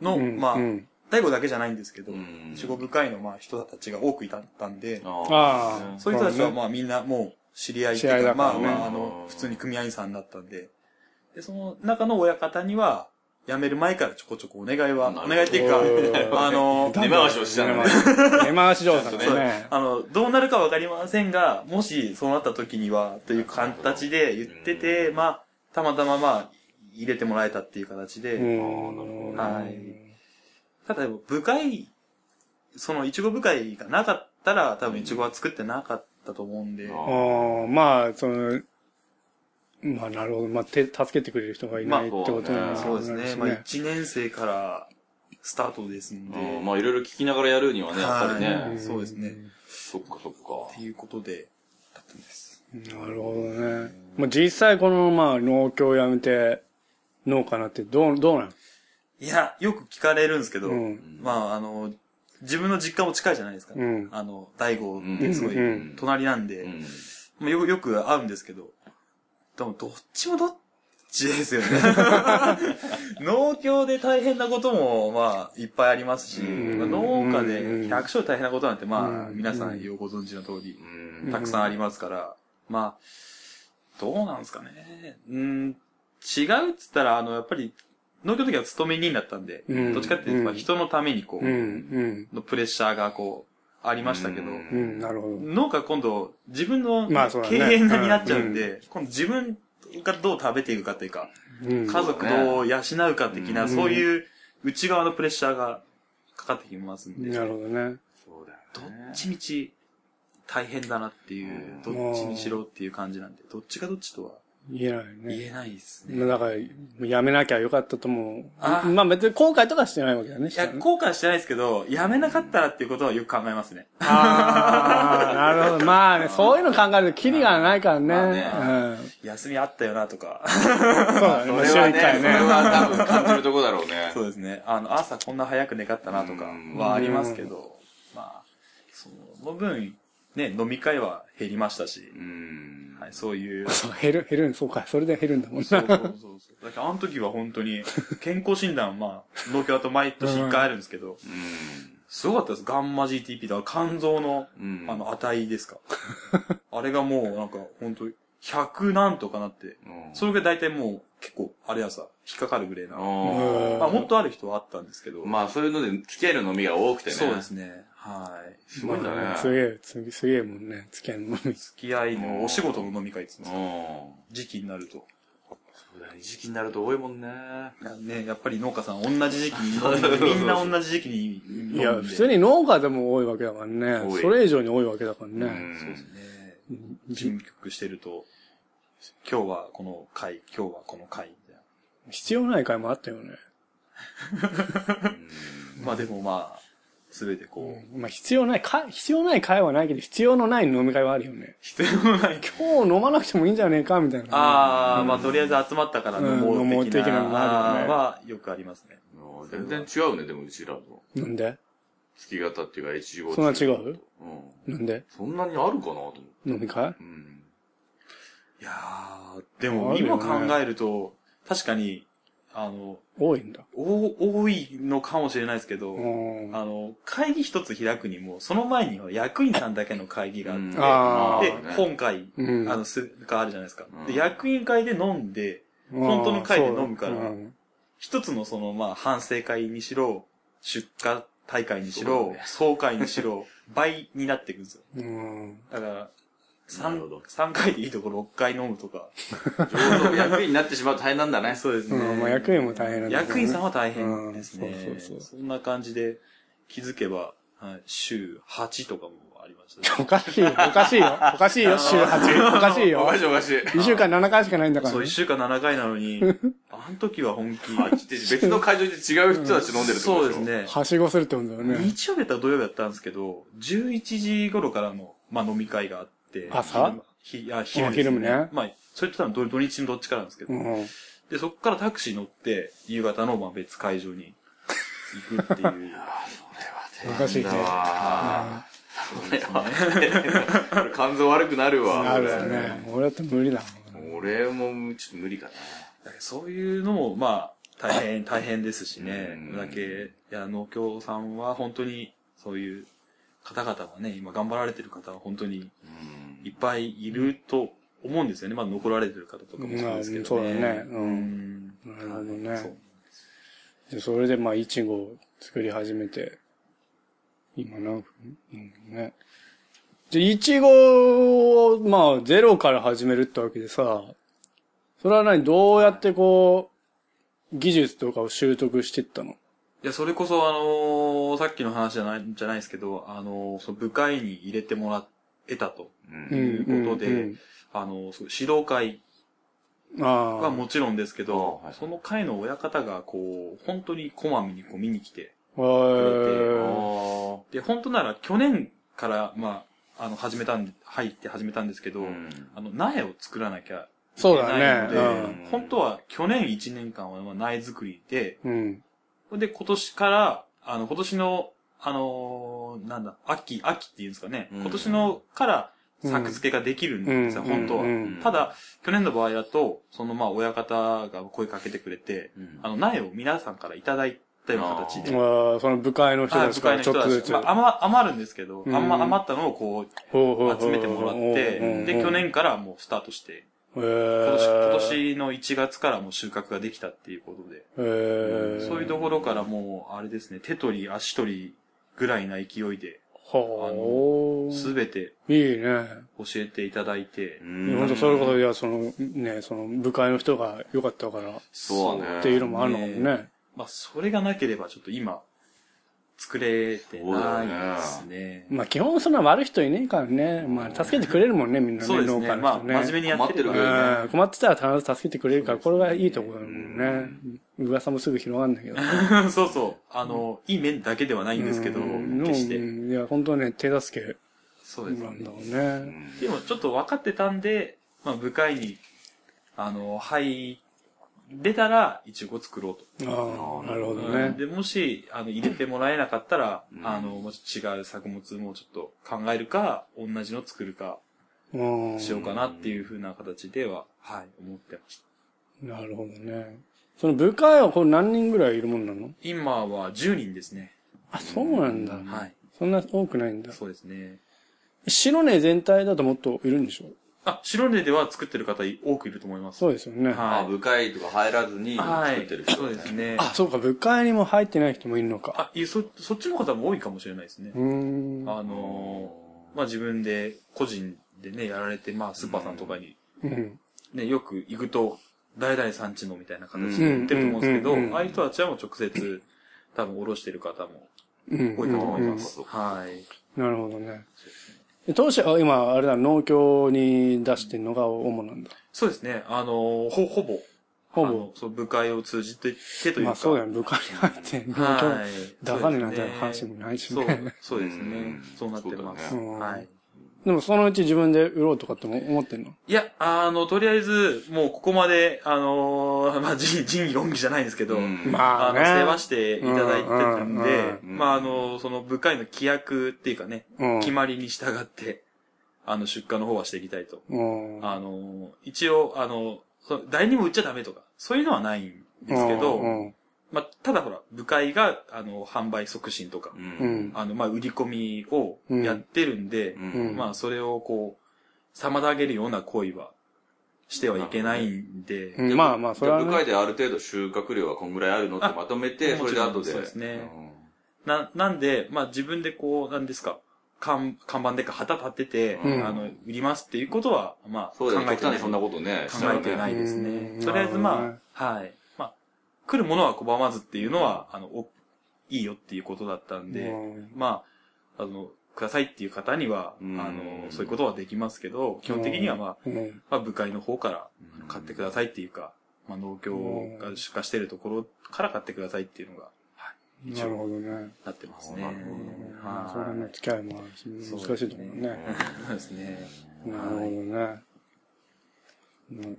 Speaker 2: の、
Speaker 1: うん
Speaker 2: まあ
Speaker 1: う、ん
Speaker 2: 大悟だけじゃないんですけど、
Speaker 3: う
Speaker 2: い
Speaker 3: ん
Speaker 2: ちご部会の、まあ、人たちが多くいたったんで、
Speaker 1: ああ
Speaker 2: そういう人たちは、
Speaker 1: ま
Speaker 2: まあ、みんなもう、知り合いって
Speaker 1: 知
Speaker 2: い
Speaker 1: り合
Speaker 2: うか、
Speaker 1: いだ
Speaker 2: ま
Speaker 1: か
Speaker 2: あ、
Speaker 1: らね
Speaker 2: まあ、あの、普通に組合員さんだったんで、で、その中の親方には、辞める前からちょこちょこお願いは、
Speaker 3: なるほ
Speaker 2: お
Speaker 3: ど
Speaker 2: 願いっていう
Speaker 1: おー
Speaker 2: か、あの、
Speaker 3: 根回しをしたのね。
Speaker 1: 出回し上手だね。
Speaker 2: あの、どうなるかわかりませんが、もしそうなった時には、という形で言ってて、
Speaker 3: うん
Speaker 2: まあ、たまたままあ、入れてもらえたっていう形で、
Speaker 1: うん。
Speaker 2: なるほどねただでも部会、その、いちご部会がなかったら、多分いちごは作ってなかったと思うんで、
Speaker 3: あ
Speaker 1: ああ、まあ、その、まあ、なるほど。まあ、手、助けてくれる人がいないってことになる
Speaker 3: まあ
Speaker 2: そうですね。まあ、
Speaker 1: ね。
Speaker 2: 1年生からスタートですの
Speaker 3: うん
Speaker 2: で、
Speaker 3: まあ、いろいろ聞きながらやるにはね、やっぱり
Speaker 2: は
Speaker 3: ね
Speaker 2: い。そうですね
Speaker 3: そっかそっ
Speaker 2: っ
Speaker 3: か
Speaker 2: て。いうことで、だったんです。
Speaker 1: なるほどね。まあ、実際この、まあ、農協をやめて、農家になって、どう、どうなん
Speaker 2: いや、よく聞かれるんですけど、
Speaker 1: うん。
Speaker 2: まあ、あの、自分の実家も近いじゃないですか。
Speaker 1: うん
Speaker 2: あの、大悟ってすご
Speaker 1: う
Speaker 2: い
Speaker 1: んうん
Speaker 2: 隣なんで、
Speaker 3: うん
Speaker 2: まあ、よよく会うんですけど、でもどっちもどっちですよね。農協で大変なことも、まあ、いっぱいありますし、
Speaker 3: うん
Speaker 2: まあ農家で
Speaker 1: うん
Speaker 2: 100勝大変なことなんて、まあ、
Speaker 1: うん
Speaker 2: 皆さんようご存知の通り
Speaker 3: う、
Speaker 1: うん
Speaker 3: ん
Speaker 2: たくさんありますから、まあ、どうなんですかね。うん、違うっつったら、あの、やっぱり、農協の時は勤め人だったんで、
Speaker 1: うん
Speaker 2: どっちかっていうと、まあ
Speaker 1: うん
Speaker 2: 人のためにこう、
Speaker 1: うん、うん、
Speaker 2: のプレッシャーがこう、ありましたけ
Speaker 3: う
Speaker 2: ど、
Speaker 3: ん
Speaker 1: うん、なるほど。
Speaker 2: 農家今度自分の
Speaker 1: まあそうだ
Speaker 2: 経
Speaker 1: ね
Speaker 2: 営になっちゃうん
Speaker 1: う
Speaker 2: で、今度自分がどう食べていくかというか、
Speaker 1: うん。
Speaker 2: 家族どう養うか的
Speaker 1: うん
Speaker 2: な、そういう内側のプレッシャーがかかってきますんで、ど
Speaker 1: な
Speaker 2: っ
Speaker 1: るほどね。
Speaker 3: そうだよね
Speaker 2: ちみち大変だなっていう、
Speaker 3: う
Speaker 2: ど
Speaker 1: ん
Speaker 2: っちにしろっていう感じなんで、どっちがどっちとは
Speaker 1: 言えないね。
Speaker 2: 言えないですね。
Speaker 1: まあだから、やめなきゃよかったとも、
Speaker 2: あー
Speaker 1: まあ別に後悔とかしてないわけだね。
Speaker 2: いや、後悔してないですけど、やめなかったらっていうことはよく考えますね。
Speaker 1: ああ、なるほど。まあね、そういうの考えるとキリがないからね。
Speaker 3: まあ
Speaker 1: うん。
Speaker 2: 休みあったよなとか。
Speaker 1: そうだね、まあ週
Speaker 3: それは
Speaker 1: 1
Speaker 3: ね、
Speaker 1: 回
Speaker 3: それ
Speaker 1: ね。
Speaker 3: は多分感じるとこだろうね。
Speaker 2: そうですね。あの、朝こんな早く寝かったなとかはありますけど、まあ、その分、ね、飲み会は減りましたし、
Speaker 3: うん
Speaker 2: はい、そういう。
Speaker 1: そう減る、減る、そうか、それで減るんだもん
Speaker 2: そう
Speaker 1: な。
Speaker 2: そうそうそう。だからあの時は本当に、健康診断、まあ、農協だと毎年1回あるんですけど、すごかったです。ガンマ GTP だから肝臓の、
Speaker 3: うん
Speaker 2: あの、値ですか。 あれがもう、なんか、本当に、100なんとかなって、
Speaker 3: うん
Speaker 2: それが大体もう、結構、あれやさ、引っかかるぐらいな。ま
Speaker 3: う
Speaker 2: あ、もっとある人はあったんですけど、
Speaker 3: んまあ、そういうので、付き合いの飲みが多くてね。
Speaker 2: そうですね。はい。
Speaker 3: すごいんだね。
Speaker 1: すげえ、すげえ、すげえもんね、付き合いの飲み。
Speaker 2: 付き合いのお仕事の飲み会って言うん
Speaker 3: う
Speaker 2: で
Speaker 3: ん
Speaker 2: すか時期になると。
Speaker 3: そうだね。時期になると多いもんね。
Speaker 2: ね、やっぱり農家さん同じ時 期に、みんな同じ時期に飲んで。
Speaker 1: いや、普通に農家でも多いわけだからね
Speaker 3: 多い。
Speaker 1: それ以上に多いわけだか
Speaker 3: う
Speaker 1: らね。
Speaker 2: そうですね。
Speaker 1: じ
Speaker 2: 人局してると、今日はこの回、今日はこの回。みたい
Speaker 1: 必要ない回もあったよね。
Speaker 3: うん
Speaker 2: なまあでもまあ、すべてこう、
Speaker 1: まあ必要ない、か、必要ない会はないけど、必要のない飲み会はあるよね。
Speaker 2: 必要のない。
Speaker 1: 今日飲まなくてもいいんじゃねえかみたいな。
Speaker 2: ああ、まあとりあえず集まったから飲も
Speaker 1: うん飲もう
Speaker 2: う的
Speaker 1: 的
Speaker 2: な
Speaker 1: な
Speaker 2: の
Speaker 1: のがあるよね
Speaker 2: はよくありますね。
Speaker 3: うん全然違うね、でもうちらの。
Speaker 1: なんで
Speaker 3: 月型っていうか H5
Speaker 1: そんな違う
Speaker 3: うん。
Speaker 1: なんで
Speaker 3: そんなにあるかなと思って。
Speaker 1: 飲み会
Speaker 3: うん。
Speaker 2: いやー、でも
Speaker 1: あるよ
Speaker 2: 今
Speaker 1: ね
Speaker 2: 考えると、確かに、あの、
Speaker 1: 多いんだ。
Speaker 2: お多いのかもしれないですけど、
Speaker 1: うん。
Speaker 2: あの、会議一つ開くにも、その前には役員さんだけの会議があって、
Speaker 3: うん
Speaker 1: あー
Speaker 2: で、
Speaker 3: ね
Speaker 2: 本会、
Speaker 1: うん
Speaker 2: あの、す、があるじゃないですか。
Speaker 3: うん
Speaker 2: で、役員会で飲んで、本当の会で飲むから
Speaker 1: そうだうん
Speaker 2: 一つのその、まあ、反省会にしろ、出荷大会にし
Speaker 3: そう
Speaker 2: ろ、
Speaker 3: だね
Speaker 2: 総会にしろ、 倍になっていくんですよ。
Speaker 1: うん。
Speaker 2: だから、
Speaker 3: なる
Speaker 2: 三
Speaker 3: ほど
Speaker 2: 三回でいいとこ6回飲むとか。
Speaker 3: 上等役員になってしまうと大変なんだね。
Speaker 2: そうですね。
Speaker 1: うんまあ役員も大変なんだけどね
Speaker 2: 役員さんは大変ですね。
Speaker 1: うん
Speaker 2: そ
Speaker 1: そうそうそ
Speaker 2: んな感じで、気づけば、はい、週8とかもありましたね。
Speaker 1: おかしいよ、おかしいよ、おかしい よ、週8。おかしい
Speaker 3: お
Speaker 1: よ
Speaker 3: かし。いおかしい。
Speaker 1: 1週間7回しかないんだから
Speaker 2: そう、
Speaker 1: ね
Speaker 2: 一。週間7回な のに、あの時は本気。
Speaker 3: あっちって別の会場で違う人たちと飲んでるってこと
Speaker 2: そう
Speaker 3: でし
Speaker 2: です
Speaker 3: ょ。
Speaker 2: ね。
Speaker 1: はしごするってことだよね。
Speaker 2: 日曜日だったら土曜日だったんですけど、11時頃からの、まあ、飲み会があって。
Speaker 1: 朝
Speaker 2: ひあ昼です
Speaker 1: あ昼もね
Speaker 2: まあ、それって多分土土日のどっちからなんですけど。
Speaker 1: うん。
Speaker 2: で、そこからタクシー乗って、夕方のまあ別会場に行くっ ていう。
Speaker 1: おかしいね。
Speaker 3: だわー。それは大変だ肝臓悪くなるわ。
Speaker 1: あるよね。俺だって無理だもん。
Speaker 3: 俺もちょっと無理かな。
Speaker 2: そういうのも、まあ、大変、大変ですしね
Speaker 3: う。ん
Speaker 2: だけ、いや、農協さんは本当に、そういう方々はね、今頑張られてる方は本当に
Speaker 3: うん
Speaker 2: いっぱいいると思うんですよね。まあ、残られてる方とかもそうですけど
Speaker 1: まあ
Speaker 2: ね。
Speaker 1: そうだねうん
Speaker 2: ん
Speaker 1: なるほどね
Speaker 2: はいそう
Speaker 1: でそれでまあ、いちごを作り始めて、今何分うんね。じゃ、いちごを、まあ、ゼロから始めるってわけでさ、それは何どうやってこう、技術とかを習得してったの
Speaker 2: いや、それこそ、あのーさっきの話じゃない、じゃないですけど、あのーその部会に入れてもらえたと。
Speaker 3: うん
Speaker 2: いうことであのーそう指導会
Speaker 1: ああ。
Speaker 2: はもちろんですけど
Speaker 3: あーはい、
Speaker 2: その会の親方が、こう、本当にこまめにこう見に来て、
Speaker 1: へ
Speaker 3: あ
Speaker 1: ー
Speaker 3: ー
Speaker 2: で、本当なら去年から、まあ、あの、始めたんで、入って始めたんですけど、
Speaker 3: うん
Speaker 2: あの、苗を作らなきゃい
Speaker 1: そう
Speaker 2: け
Speaker 1: だ
Speaker 2: ないので、
Speaker 1: ね。
Speaker 3: うん
Speaker 2: 本当は去年1年間はまあ苗作りで、
Speaker 1: うん。うん。
Speaker 2: で、今年から、あの、今年の、あのーなんだ、秋、秋っていうんですかね、
Speaker 3: うん
Speaker 2: 今年のから作付けができるんですよ、
Speaker 1: うん
Speaker 2: 本当は、
Speaker 1: うん
Speaker 3: うん
Speaker 2: ただ、去年の場合だと、そのまあ、親方が声かけてくれて、
Speaker 3: うん
Speaker 2: あの、苗を皆さんからいただいたような形で、
Speaker 1: ああ、その部会の人
Speaker 2: は
Speaker 1: た
Speaker 2: い、
Speaker 1: ち
Speaker 2: 部
Speaker 1: か
Speaker 2: 会
Speaker 1: ら
Speaker 2: の
Speaker 1: ちょ
Speaker 2: 人
Speaker 1: ったとず
Speaker 2: ち。
Speaker 1: つ。
Speaker 2: まあ、余余るんですけど、
Speaker 1: うん
Speaker 2: あんま余ったのをこう、
Speaker 1: ほうほうほう
Speaker 2: 集めてもらって、で、去、年からもうスタートして、
Speaker 1: 今
Speaker 2: 今年今
Speaker 1: 年、
Speaker 2: 年の1月からもう収穫ができたっていうことで、
Speaker 1: へー
Speaker 2: そういうところからもう、あれですね、手取り足取りぐらいな勢いで、
Speaker 1: は
Speaker 2: すべて
Speaker 1: あ。いいね。
Speaker 2: 教えていただいて、
Speaker 3: うん
Speaker 1: 本当それこそ、いや、その、ね、その、部会の人が良かったから、
Speaker 3: そうだね。
Speaker 1: っていうのもあるのかもね。
Speaker 2: まあ、それがなければちょっと今、作れてないですね。
Speaker 1: まあ、基本そんな悪い人いねえからね。まあ、助けてくれるもんね、みんなね、
Speaker 2: そうですね。
Speaker 1: 農家
Speaker 2: ま
Speaker 1: の
Speaker 2: あ、
Speaker 1: 人ね。
Speaker 2: 真面目にやってれば
Speaker 3: 困ってるからね
Speaker 1: うん困ってたら必ず助けてくれるから、これがいいところだもんね。噂もすぐ広がるんだけど。
Speaker 2: そうそう。あの、いい面だけではないんですけど、
Speaker 1: うん
Speaker 2: 決して。
Speaker 1: うんいや、本当ね、手助け
Speaker 2: そうです
Speaker 1: な
Speaker 2: ね。
Speaker 1: んだろう
Speaker 3: う
Speaker 1: ね。
Speaker 3: ん
Speaker 2: でもちょっと分かってたんで、まあ部会に、あの、入れたら、いちご作ろうと。
Speaker 1: ああ、なるほど
Speaker 2: う
Speaker 1: ね
Speaker 2: ん。で、もし、あの、入れてもらえなかったら、
Speaker 3: ん
Speaker 2: あの、もうちょっと違う作物もちょっと考えるか、同じの作るか
Speaker 1: うん。
Speaker 2: しようかなっていうふうな形では、はい、思ってました。
Speaker 1: なるほどね。その部会はこれ何人ぐらいいるもんなの
Speaker 2: 今は10人ですね。
Speaker 1: あ、そうなんだ。
Speaker 2: はい。
Speaker 1: そんな多くないんだ。
Speaker 2: そうですね。
Speaker 1: 白根全体だともっといるんでしょ
Speaker 2: あ、白根では作ってる方多くいると思います。
Speaker 1: そうですよね。
Speaker 2: は
Speaker 3: あ、部会とか入らずに
Speaker 2: は
Speaker 3: 作っ
Speaker 2: い
Speaker 3: てる。人
Speaker 2: そ
Speaker 3: だ
Speaker 2: う
Speaker 3: ね。
Speaker 2: ですね。
Speaker 1: あ、そうか、部会にも入ってない人もいるのか。
Speaker 2: あ、いえそ、そっちの方も多いかもしれないですね
Speaker 1: う。ーん。
Speaker 2: あのーまあ自分で、個人でね、やられて、まあスーパーさんとかに、
Speaker 1: うん。
Speaker 2: ね、よく行くと、誰々さんちのみたいな形
Speaker 3: う
Speaker 2: で
Speaker 1: ん
Speaker 2: 売ってると思うんですけど、
Speaker 1: うんうんうん
Speaker 2: ああいう人たちはもう直接、多分おろしてる方も
Speaker 1: うん。
Speaker 2: 多いかと思います。
Speaker 3: うんうん
Speaker 2: はい。
Speaker 1: なるほどね。で当社は今、あれだ、農協に出してるのが主なんだ。
Speaker 2: そうですね、あのーほ、ほぼ、
Speaker 1: ほ
Speaker 2: あ
Speaker 1: ぼ
Speaker 2: の、そう、部会を通じてってというか。
Speaker 1: まあそうだよね。部下に入って、
Speaker 2: は
Speaker 1: 勉
Speaker 2: い。
Speaker 1: 強出さねえなんて話もないし
Speaker 2: そう
Speaker 1: ね。、
Speaker 2: そうです
Speaker 3: う
Speaker 2: ね
Speaker 3: ん。
Speaker 2: そうなってます。
Speaker 1: そうだね
Speaker 2: はい。
Speaker 1: でもそのうち自分で売ろうとかっても思ってんの
Speaker 2: いや、あの、とりあえず、もうここまで、あのーまあ、人、人義、恩義じゃないんですけど、
Speaker 3: うん
Speaker 1: まあ
Speaker 2: あの、
Speaker 1: ね。
Speaker 2: 世話していただいてたんで、
Speaker 3: うんうん
Speaker 2: まあ、あの、その部会の規約っていうかね、
Speaker 1: うん
Speaker 2: 決まりに従って、あの、出荷の方はしていきたいと。
Speaker 1: うん。
Speaker 2: あの、一応、あの、そ誰にも売っちゃダメとか、そういうのはないんですけ
Speaker 1: う
Speaker 2: ど、
Speaker 1: ん
Speaker 2: まあ、ただほら、部会が、あの、販売促進とか、
Speaker 1: うん
Speaker 2: あの、まあ、売り込みをやってるんで、
Speaker 1: うん
Speaker 2: まあ、それをこう、妨げるような行為は、してはいけないんで、
Speaker 1: うんまあまあ、それは
Speaker 3: 部
Speaker 1: ね。
Speaker 3: 会である程度収穫量はこんぐらいあるのってまとめて、
Speaker 2: あ
Speaker 3: それで後で。
Speaker 2: もちろんそうですねな、なんで、まあ自分でこう、なんですか、看看板でか旗立てて、
Speaker 3: うん
Speaker 2: あの、売りますっていうことは、まあ、
Speaker 3: そう
Speaker 2: 考
Speaker 3: だよね。
Speaker 2: え
Speaker 3: 極
Speaker 2: て
Speaker 3: 端
Speaker 2: な
Speaker 3: に
Speaker 2: い。
Speaker 3: そんなことね。
Speaker 2: 考えてないです
Speaker 1: うん
Speaker 2: ね。とりあえず
Speaker 1: なる
Speaker 2: ま
Speaker 1: ほ
Speaker 2: あ、はい。まあ、来るものは拒まずっていうのは、あの、おいいよっていうことだったんで、
Speaker 1: うん
Speaker 2: まあ、あの、くださいっていう方には、あ
Speaker 3: うん
Speaker 2: の、そういうことはできますけど、基本的にはまあ、
Speaker 1: うん
Speaker 2: まあ、部会の方から
Speaker 3: うん
Speaker 2: 買ってくださいっていうか、まあ、農協が出荷してるところから買ってくださいっていうのが
Speaker 1: なるほどね。
Speaker 2: なってますね
Speaker 3: なるほどね。
Speaker 2: はい
Speaker 1: それの付き合いもあるし、
Speaker 2: そうですね
Speaker 1: 難しいと思うね。
Speaker 2: そうですね。
Speaker 1: なるほどね。うん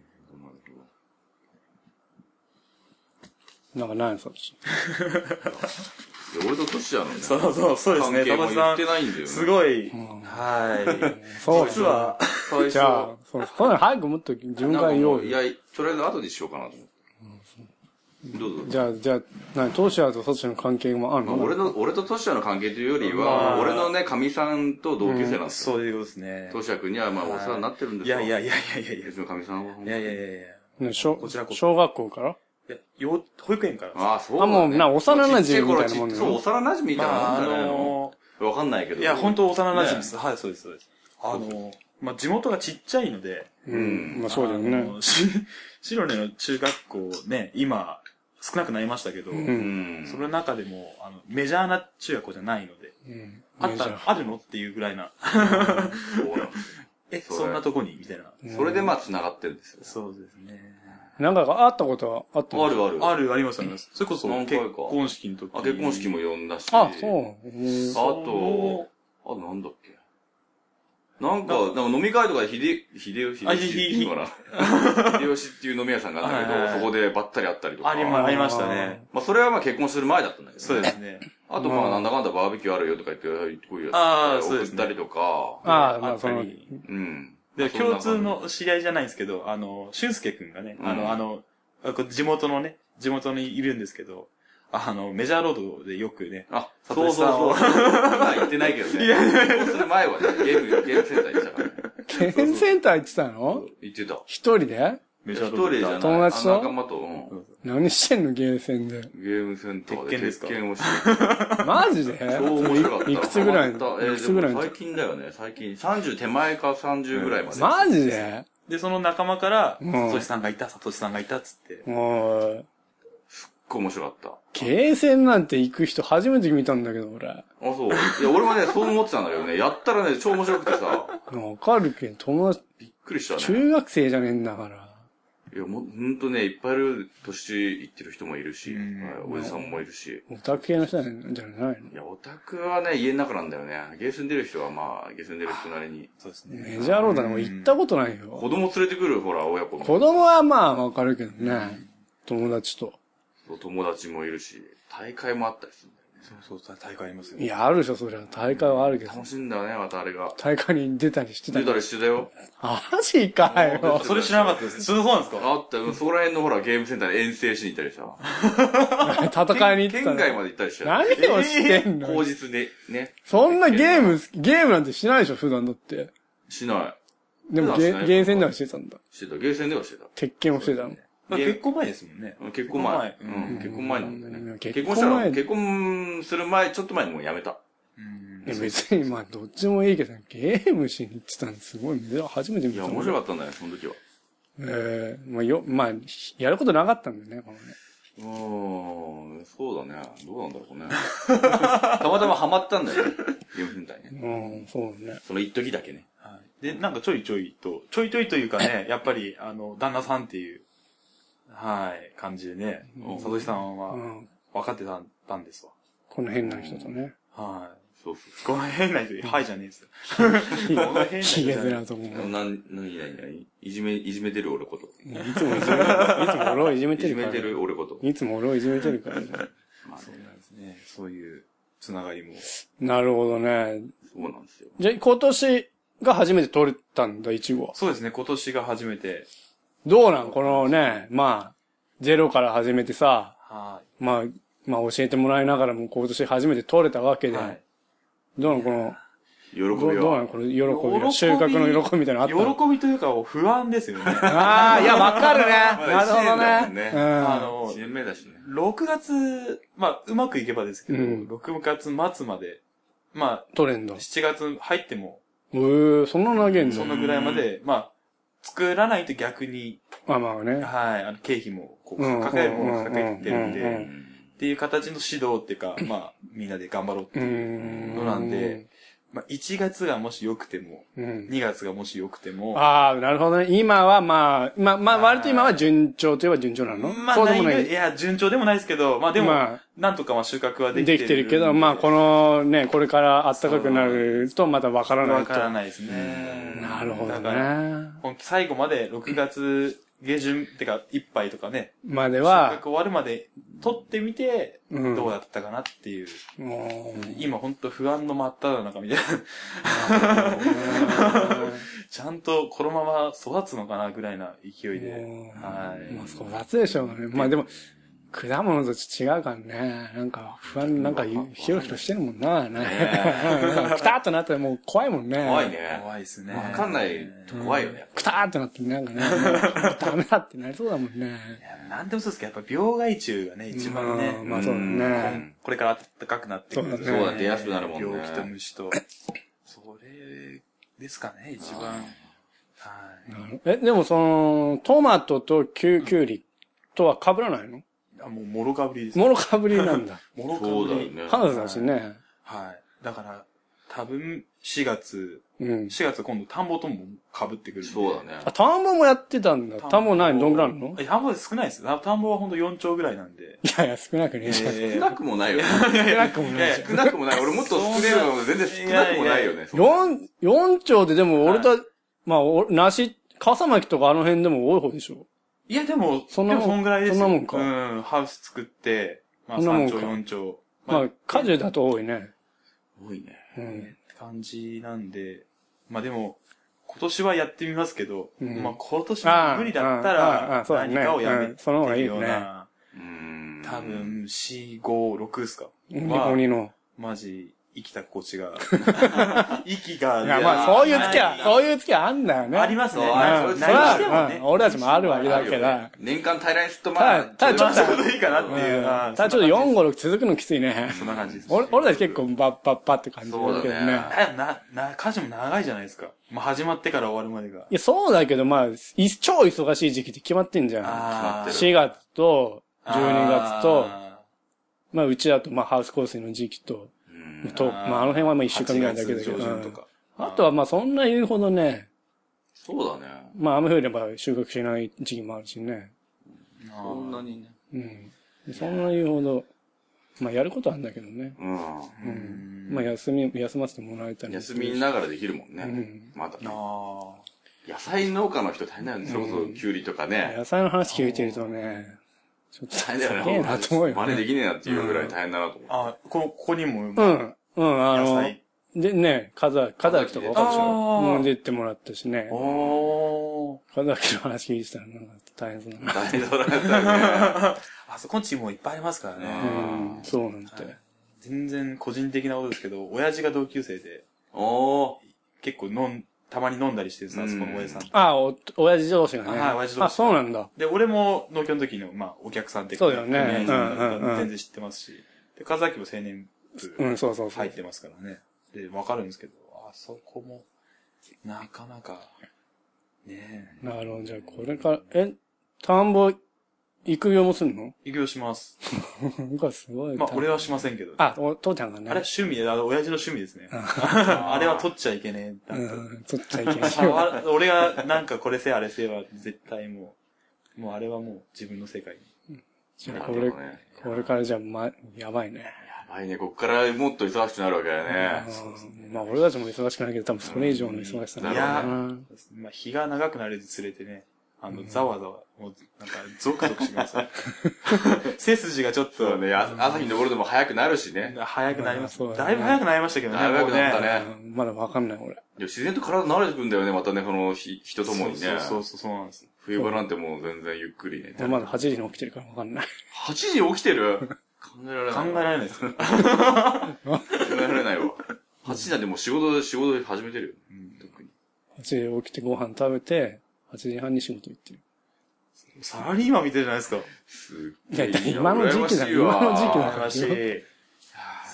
Speaker 1: なんかないのさっき。
Speaker 3: いや俺とトシちゃんのね
Speaker 2: そうそう、そうです
Speaker 3: 関
Speaker 2: ね。
Speaker 3: 係
Speaker 2: 田
Speaker 3: も
Speaker 2: 橋
Speaker 3: 言
Speaker 2: さ
Speaker 3: ってないんだよね。
Speaker 2: ん、すごい。
Speaker 1: ん
Speaker 2: はい。
Speaker 1: そう
Speaker 2: 実は、最
Speaker 1: じゃあ、そう、そうなの早くもっと自分から言おう
Speaker 3: い
Speaker 1: よ。
Speaker 3: や、とりあえず後にしようかなと思って。どうぞ。
Speaker 1: じゃあ、じゃあ、何、当社とそっちの関係もある
Speaker 3: ま
Speaker 1: の
Speaker 3: あ、俺の、俺とトシちゃんの関係というよりは、
Speaker 2: まあ
Speaker 3: 俺のね、神さんと同級生なんですよ。
Speaker 2: そういうことですね。
Speaker 3: トシヤ君には、まあ、お世話になってるんで
Speaker 2: い
Speaker 3: すよ。
Speaker 2: やいやいやいやいや
Speaker 3: うちの神さんは本当
Speaker 2: い
Speaker 3: に。
Speaker 2: やいやいやいや。
Speaker 1: ね小
Speaker 2: こちらこそ
Speaker 1: 小学校から
Speaker 2: いや、幼保育園からです。
Speaker 3: ああ、そう、ね。
Speaker 1: あもうな幼馴染みたいなもんだよね
Speaker 3: ちっちゃい頃ちっそう、幼馴染みみたい
Speaker 2: ま
Speaker 3: なも
Speaker 2: あ、
Speaker 3: ん
Speaker 2: あ
Speaker 3: じゃないの、
Speaker 2: の
Speaker 3: わかんないけど。
Speaker 2: ー、いや、本当幼馴染です。はい、そうです、そうです。あのー、まあ、地元がちっちゃいので、
Speaker 1: うんまあそうだよね。
Speaker 2: あのし 白根の中学校ね、今、少なくなりましたけど、
Speaker 1: ん
Speaker 3: うん。
Speaker 2: それの中でも、あの、メジャーな中学校じゃないので、
Speaker 1: うん
Speaker 2: あっ
Speaker 1: じゃ
Speaker 2: た、あるのっていうぐらいな、
Speaker 3: そうなんです
Speaker 2: え、
Speaker 3: それ
Speaker 2: そんなとこにみたいな。
Speaker 3: よそれでまあ、繋がってるんですよ。
Speaker 2: そうですね。
Speaker 1: なんか会ったことはあったの
Speaker 3: あるある。
Speaker 2: ある、あります、あります。それこそ、
Speaker 3: 何回
Speaker 2: 結
Speaker 3: か
Speaker 2: 婚式の時
Speaker 3: あ結婚式も呼んだし。
Speaker 1: あ、そう。うん
Speaker 3: あ
Speaker 2: その
Speaker 3: と、あとなんだっけ。なんか、なんか飲み会とかで秀、秀吉、
Speaker 2: あ
Speaker 3: 秀吉っていうのかな。秀吉っていう飲み屋さんがあるん
Speaker 2: はい
Speaker 3: だけ
Speaker 2: はいはい
Speaker 3: ど、そこでばったり会ったりとか。
Speaker 2: ありまありましたね。
Speaker 3: まあ、それはまあ結婚する前だったんだけど、ね。
Speaker 2: そうですね。
Speaker 3: あとまあ、なんだかんだバーベキューあるよとか言って、行ってこいよとか
Speaker 2: あーそう
Speaker 3: 送
Speaker 2: で
Speaker 3: っ
Speaker 2: すね
Speaker 3: たりとか。
Speaker 1: ああ、
Speaker 2: あ
Speaker 1: まあ
Speaker 2: った
Speaker 1: その、
Speaker 2: り
Speaker 3: うん。
Speaker 2: で、
Speaker 3: そんな
Speaker 2: 共
Speaker 3: 感じ
Speaker 2: 通。の知り合いじゃないんですけど、あの、俊介くんがね、あ
Speaker 3: うん
Speaker 2: の、あの、こ地元のね、地元にいるんですけど、あの、メジャーロードでよくね、
Speaker 3: あ、そ
Speaker 2: サト
Speaker 3: う
Speaker 2: シさん
Speaker 3: そう
Speaker 2: を
Speaker 3: そう。今言ってないけどね。結婚する前はね、ゲーム、ゲームセンター行ってたからね。
Speaker 1: ケンセンター行ってたの
Speaker 3: 行ってた。
Speaker 1: 一人で
Speaker 2: メジャ
Speaker 3: 一
Speaker 2: ーロード
Speaker 3: 人じゃない。
Speaker 1: 友達と
Speaker 3: あ仲間と、うん
Speaker 1: 何してんのゲーセンで。
Speaker 3: ゲームセンターで
Speaker 2: 鉄拳ですか
Speaker 3: 鉄拳をしてる。
Speaker 1: マジで
Speaker 3: 超面白かった。
Speaker 1: いくつぐらい
Speaker 3: ハマったえ
Speaker 1: いくつ
Speaker 3: ー、
Speaker 1: ぐら
Speaker 3: で
Speaker 1: い
Speaker 3: も最近だよね。最近。30手前か30ぐらいまで。
Speaker 1: マジで
Speaker 2: で、その仲間から、
Speaker 1: うん
Speaker 2: サトシさんがいた、サトシさんがいたっつって、
Speaker 1: もう、
Speaker 3: 構面白かった。
Speaker 1: ゲーセンなんて行く人初めて見たんだけど、俺。わ
Speaker 3: あ、そう。いや、俺もね、そう思ってたんだけどね、やったらね、超面白くてさ、
Speaker 1: かるけん、友達、
Speaker 3: びっくりしたね。
Speaker 1: 中学生じゃねえんだから。
Speaker 3: いや、もう、ほんとね、いっぱいいる、年いってる人もいるし、
Speaker 2: うん
Speaker 3: はいおじさんもいるし。
Speaker 1: オタク系の人なんじゃないの
Speaker 3: いや、オタクはね、家の中なんだよね。ゲーセン出る人は、まあ、ゲーセン出る人なりに。
Speaker 2: そうですね。
Speaker 1: メジャーロードなんか行ったことない
Speaker 3: 子
Speaker 1: よ。
Speaker 3: 供連れてくる、ほら、親
Speaker 1: 子
Speaker 3: 子も。
Speaker 1: 供はまあわかるけどね。友達と。
Speaker 3: そう友達もいるし、大会もあったりするんだよね。
Speaker 2: そうそう、大会ありますよ。
Speaker 1: いや、あるでしょ、そりゃ。大会はあるけど。
Speaker 3: 楽しいんだよね、またあれが。
Speaker 1: 大会に出たりしてた
Speaker 3: 出た
Speaker 1: り。
Speaker 3: りしてたよ。
Speaker 1: マジかよ。
Speaker 2: それ知らなかったです。そうそうなんですか
Speaker 3: あったよ。そこら辺のほら、ゲームセンターで遠征しに行ったりさ。
Speaker 1: 戦いに行ってたの
Speaker 3: 県外まで行ったりしてた。
Speaker 1: 何をしてんの、
Speaker 3: 口実で、ね。
Speaker 1: そんなゲーム好き、ゲームなんてしないでしょ、普段だって。
Speaker 3: しない。
Speaker 1: でも
Speaker 3: 普段
Speaker 1: ゲ
Speaker 3: しない
Speaker 1: ーゲーセンではしてたんだ。
Speaker 3: してた。ゲーセンではしてた。
Speaker 1: 鉄拳をしてたの。
Speaker 2: まあ結婚前ですもんね。
Speaker 3: うん結婚前。
Speaker 2: うん
Speaker 3: うん、結婚前なんだよ
Speaker 1: うん
Speaker 3: ね。
Speaker 1: 結
Speaker 3: 結
Speaker 1: 婚
Speaker 3: 婚
Speaker 1: 前
Speaker 3: したら、結婚する前、ちょっと前にもうやめた。
Speaker 1: いや別に、まあ、どっちもいいけど、ゲームしに行ってたのすごい珍しい、初めて見
Speaker 3: い
Speaker 1: た
Speaker 3: や、
Speaker 1: もん。
Speaker 3: 面白かったんだよ、その時は。
Speaker 1: ええまあ、よ、まあ、ひやることなかったんだよね、このね。
Speaker 3: うーん、そうだね。どうなんだ ろうね。たまたまハマったんだよね。ゲームセンターにね。
Speaker 1: うん、そうだね。
Speaker 3: その一時だけね。
Speaker 2: はいで、なんかちょいちょいと、ちょいちょいというかね、やっぱり、あの、旦那さんっていう、はい、感じでね、佐々木さん
Speaker 1: う
Speaker 2: は
Speaker 1: ん。
Speaker 2: 分かってたんたんですわ。
Speaker 1: この変な人とね。
Speaker 2: はい。
Speaker 3: そうっす。
Speaker 2: この変な人、はいじゃねえですよ。
Speaker 1: 気
Speaker 2: この変な人
Speaker 1: が
Speaker 2: じゃ
Speaker 1: ず
Speaker 2: ない。
Speaker 1: らと思う。
Speaker 3: なん、なん、なん、なん、いじめ、いじめてる俺こと。
Speaker 1: いつもいじめ、いつも俺をいじめ
Speaker 3: い
Speaker 1: て
Speaker 3: じ
Speaker 1: るか
Speaker 3: め
Speaker 1: ら。
Speaker 3: てる俺こと。
Speaker 1: いつも俺をいじめてるからね。
Speaker 3: まあ、
Speaker 2: そ
Speaker 3: そう
Speaker 2: なんですね。そういうつながりも。
Speaker 1: なるほどね。
Speaker 3: うなんですよ。
Speaker 1: じゃあ、今年が初めて取れたんだ、イチゴは。
Speaker 2: そうですね、今年が初めて。
Speaker 1: どうなんこのね、まあ、ゼロから始めてさ、
Speaker 2: は
Speaker 1: まあ、まあ教えてもらいながらも今年初めて取れたわけ
Speaker 2: い。
Speaker 1: で、
Speaker 2: はい。
Speaker 1: どうなんこの、
Speaker 3: 喜び
Speaker 1: どうどうな
Speaker 3: は
Speaker 1: の。この喜びは
Speaker 2: 喜び
Speaker 1: 収穫の喜びみたいなのあったの
Speaker 2: 喜びというか、不安です よね。
Speaker 1: ああ、いや、わかるね。
Speaker 3: まだ一年だもんね
Speaker 1: う
Speaker 2: あ
Speaker 1: ん。
Speaker 2: の
Speaker 3: 一、年目だしね。
Speaker 2: 6月、まあ、うまくいけばですけど、
Speaker 1: うん
Speaker 2: 6月末まで、ま
Speaker 1: 取れんだ
Speaker 2: あ、。7月入っても、
Speaker 1: うー、そんな投げん
Speaker 2: そ
Speaker 1: の
Speaker 2: のぐらいまで、まあ、作らないと逆に、
Speaker 1: まあまあね。
Speaker 2: はい、あの、経費も、こう、
Speaker 1: うん
Speaker 2: 抱えるものがかけてるん
Speaker 1: うんうんう
Speaker 2: で、
Speaker 1: ん
Speaker 2: っていう形の指導っていうか、 まあ、みんなで頑張ろうって
Speaker 1: う
Speaker 2: いう。
Speaker 1: ん。
Speaker 2: のなんで、まあ、1月がもし良くても、
Speaker 1: うん。
Speaker 2: 2月がもし良くても、
Speaker 1: ああ、なるほどね。今はまあ、まあ、まあ、
Speaker 2: はい
Speaker 1: 割と今は順調といえば順調なの
Speaker 2: ま
Speaker 1: そ
Speaker 2: あ、
Speaker 1: うで
Speaker 2: ない
Speaker 1: もない。
Speaker 2: いや、順調でもないですけど、まあでも、
Speaker 1: まあ
Speaker 2: なんとかまあ収穫はで
Speaker 1: で
Speaker 2: きてる。
Speaker 1: きてるけど、まあ、このね、これから暖かくなるとまたわからない
Speaker 2: わ
Speaker 1: と。
Speaker 2: からないですね。
Speaker 1: なるほど
Speaker 2: だから
Speaker 1: ね。
Speaker 2: ほん最後まで6月下旬、ってか、いっぱいとかね、
Speaker 1: まで
Speaker 2: 収
Speaker 1: は
Speaker 2: 穫、終わるまで取ってみて、
Speaker 1: うん
Speaker 2: どうだったかなっていう。
Speaker 1: も う、
Speaker 2: 今ほんと不安の真っ只中みたいな。 ちゃんとこのまま育つのかなぐらいな勢いで。はい。
Speaker 1: まあ、そうだつでしょうね。まあでも、果物と違うからね。なんか、不安、なんか、ひろひろしてるもんな。 なんか、くたっとなったらもう怖いもんね。
Speaker 3: 怖い。ね。
Speaker 2: 怖いですね。
Speaker 3: わかんないと怖いよね。
Speaker 1: くたっとなって、なん かね、ダメだってなりそうだもんね。
Speaker 2: いやなんでもそうですけど、やっぱ病害虫がね、一番ね、
Speaker 1: まあそうだ
Speaker 3: う
Speaker 1: ね。
Speaker 3: ん
Speaker 2: これから暖かくなってくるとね
Speaker 1: そうだねそう
Speaker 3: だ出やすくなるもんね
Speaker 2: 病気と虫と。それですかね、一番。はい。
Speaker 1: え、でもその、トマトとキュキュウリとは被らないの
Speaker 2: あ、もう、もろかぶりです。も
Speaker 1: もろ被りなん だ。
Speaker 2: ろか
Speaker 3: そうだ
Speaker 2: ぶ
Speaker 3: よ
Speaker 2: り。
Speaker 3: ね。
Speaker 1: カナダだしね。
Speaker 2: はい。だから、多分、4月、
Speaker 1: うん。
Speaker 2: 4月今度田んぼとも被ってくるんで。
Speaker 3: そうだね。
Speaker 1: あ、田んぼもやってたんだ。
Speaker 2: 田んぼ
Speaker 1: 田んぼ何どんぐらいあるの
Speaker 2: え田んぼ少ないです。田んぼはほんと4丁ぐらいなんで。
Speaker 1: いやいや、少なくねえじゃん。
Speaker 2: え
Speaker 3: 少なくもないよね。
Speaker 1: 少なくもないじゃん
Speaker 3: 少なくもない。俺もっと少ねえの全然少なくもないよね。
Speaker 1: 四、四丁ででも俺と、まあ、お梨、笠巻とかあの辺でも多い方でしょ。
Speaker 2: いや、でも、
Speaker 1: そんなもん
Speaker 2: でもそんぐらいですよ。
Speaker 1: そんなもんか
Speaker 2: うん、ハウス作って、まあ
Speaker 1: そんなもん
Speaker 2: 3
Speaker 1: か
Speaker 2: 兆、4兆。
Speaker 1: まあ、果樹だと多いね。
Speaker 3: 多いね。
Speaker 1: うん。
Speaker 2: って感じなんで、まあでも、今年はやってみますけど、
Speaker 1: うん
Speaker 2: まあ今年も無理だった
Speaker 1: あーあーあ
Speaker 2: ら
Speaker 1: ー、そうだね
Speaker 2: 何かをやめ
Speaker 1: うんその方が
Speaker 2: て
Speaker 1: いい
Speaker 2: る
Speaker 1: よ
Speaker 2: よ
Speaker 1: ね
Speaker 2: うな、
Speaker 3: うーん。
Speaker 2: 多。分、4、5、6ですか。
Speaker 1: 鬼鬼の。
Speaker 2: マジ、生きた心地が、 息が、
Speaker 1: いや、まあ、そういう月は
Speaker 2: な、
Speaker 1: そういう月はあんだよね。
Speaker 2: ありますね。
Speaker 3: そう
Speaker 1: うん
Speaker 3: あ
Speaker 2: 何
Speaker 3: る
Speaker 1: それ
Speaker 2: 何しても
Speaker 1: は、
Speaker 2: ね
Speaker 1: うん。俺たちもあるわけだけど。
Speaker 3: ね年間平らにすっと
Speaker 1: た
Speaker 3: まあ、
Speaker 1: だただちょっと
Speaker 2: ちょうどいいかなっていう。あ
Speaker 1: う
Speaker 2: ー
Speaker 1: んただちょっと4、5、6続くのきついね。
Speaker 2: そんな感じです。
Speaker 1: 俺俺たち結構バッバッバッって感じだ
Speaker 3: そう
Speaker 1: けど
Speaker 3: だ
Speaker 1: ね
Speaker 3: ね。
Speaker 2: あな、な、歌詞も長いじゃないですか。まあ始まってから終わるまでが。
Speaker 1: いや、そうだけど、まあ、い超忙しい時期って決まってんじゃん。
Speaker 2: あー
Speaker 3: 決
Speaker 1: 4月と、12月と、
Speaker 2: あ
Speaker 1: まあ、うちだと、まあ、ハウス構成の時期と、
Speaker 3: うん
Speaker 1: と、
Speaker 2: あー
Speaker 1: まあ、あの辺はまあ、1週間ぐらいだけ
Speaker 2: 8
Speaker 1: だけ
Speaker 2: 月
Speaker 1: ど、
Speaker 2: 上
Speaker 1: う
Speaker 2: 旬と
Speaker 1: ん
Speaker 2: か。
Speaker 1: あとは、まあ、そんな言うほどね、
Speaker 3: そうだね。
Speaker 1: まあ、雨降れば収穫しない時期もあるしね。
Speaker 2: あー
Speaker 3: そんなにね。
Speaker 1: うん。そんな言うほど、まあ、やることはあるんだけどね。
Speaker 3: う
Speaker 1: うん。まあ、休み、休ませてもらえた
Speaker 3: ん。
Speaker 1: りもす
Speaker 3: 休
Speaker 1: るし
Speaker 3: みながらできるもん
Speaker 1: うん
Speaker 3: ね。またね。
Speaker 2: あ
Speaker 3: 野菜農家の人大変だよね。それこそ、キュウリとかね。
Speaker 1: 野菜の話聞いてるとね、ちょっと
Speaker 3: 大
Speaker 1: す
Speaker 3: 変だよ
Speaker 1: げえ
Speaker 3: ね。
Speaker 1: なと思うよ、
Speaker 3: 真似
Speaker 1: ね。
Speaker 3: できねえなっていうぐらい大変だなと思
Speaker 2: あ。あ、この、ここにも、
Speaker 1: う
Speaker 2: 野
Speaker 1: ん。うん、あの、
Speaker 2: 菜。
Speaker 1: でね、カザ、カザキとか分かるでしょ
Speaker 2: あー
Speaker 1: もう出てもらったしね。
Speaker 2: おー。
Speaker 1: カザキの話聞いてたらなんか大変そうだな
Speaker 3: う。。大変そう だったね。
Speaker 2: あそこのチームもいっぱいありますから
Speaker 3: う
Speaker 2: ね。
Speaker 1: うん
Speaker 3: ん、
Speaker 1: そうなんて。
Speaker 2: 全然個人的なことですけど、親父が同級生で、
Speaker 3: おー。
Speaker 2: 結構飲ん、たまに飲んだりしてるんですよ、あそこの親父さんと。
Speaker 1: あ、お、親父同士がね。
Speaker 2: はい親父同士
Speaker 1: あ、そうなんだ。
Speaker 2: で、俺も農協の時の、まあ、お客さんってい
Speaker 1: そうだよね
Speaker 2: 組合員さんだったん
Speaker 1: うんうんうん
Speaker 2: で全然知ってますし。で、風崎も青年
Speaker 1: う
Speaker 2: 部
Speaker 1: ん、そうそうそう。
Speaker 2: 入ってますからね。で、わかるんですけど、あそこも、なかなか、ねえ。
Speaker 1: なるほど。じゃあ、これから、え、田んぼ、育業もする の
Speaker 2: 営業します。
Speaker 1: なんかすごい。
Speaker 2: まあ、俺はしませんけど。
Speaker 1: あ、お父ちゃんがね。
Speaker 2: あれは趣味で、あの、親父の趣味ですね。 あれは取っちゃいけねえ。
Speaker 1: うん、取っちゃいけない。
Speaker 2: 触る俺がなんかこれせえあれせえは絶対もう、もうあれはもう自分の世界に。
Speaker 1: じゃあ
Speaker 3: な
Speaker 1: こ
Speaker 3: るほ
Speaker 1: れ、
Speaker 3: どね
Speaker 1: これからじゃあ、ま、やばいね。
Speaker 3: やばいね、こっからもっと忙しくなるわけだよね。
Speaker 1: うんまあ俺たちも忙しくないけど、多分それ以上の忙しさなんだろうな。
Speaker 2: まあ、日が長くなるにつれてね、あの、ざわざわ、もう、なんか、ゾクゾクしてきますね。背筋がちょっ
Speaker 3: そう
Speaker 2: と、
Speaker 3: だね、や朝日登るのも早くなるしね。
Speaker 2: 早くなります。
Speaker 1: まあそうだね
Speaker 2: だいぶ早くなりましたけどね。
Speaker 3: だいぶ早くなったね
Speaker 2: もう
Speaker 1: うんまだわかんない俺。
Speaker 3: いや自然と体慣れてくんだよね、またね、その日、日とともにね。
Speaker 2: そうそうそう、そうなんです。
Speaker 3: 冬場なんてもう全然ゆっくりね。
Speaker 1: 俺まだ8時に起きてるからわかんない。
Speaker 3: 8時起きてる考えられない。
Speaker 2: 考えられないです。
Speaker 3: 考えられないわ。8時なんてもう仕事で、仕事で始めてるよ。特に。
Speaker 1: 8時起きてご飯食べて、8時半に仕事行ってる。
Speaker 2: サラリーマンみたいじゃないですか。
Speaker 3: す
Speaker 1: いや今の時期だ
Speaker 3: 羨ましいわ
Speaker 1: 今の時期だ
Speaker 2: 羨ましい。
Speaker 3: あー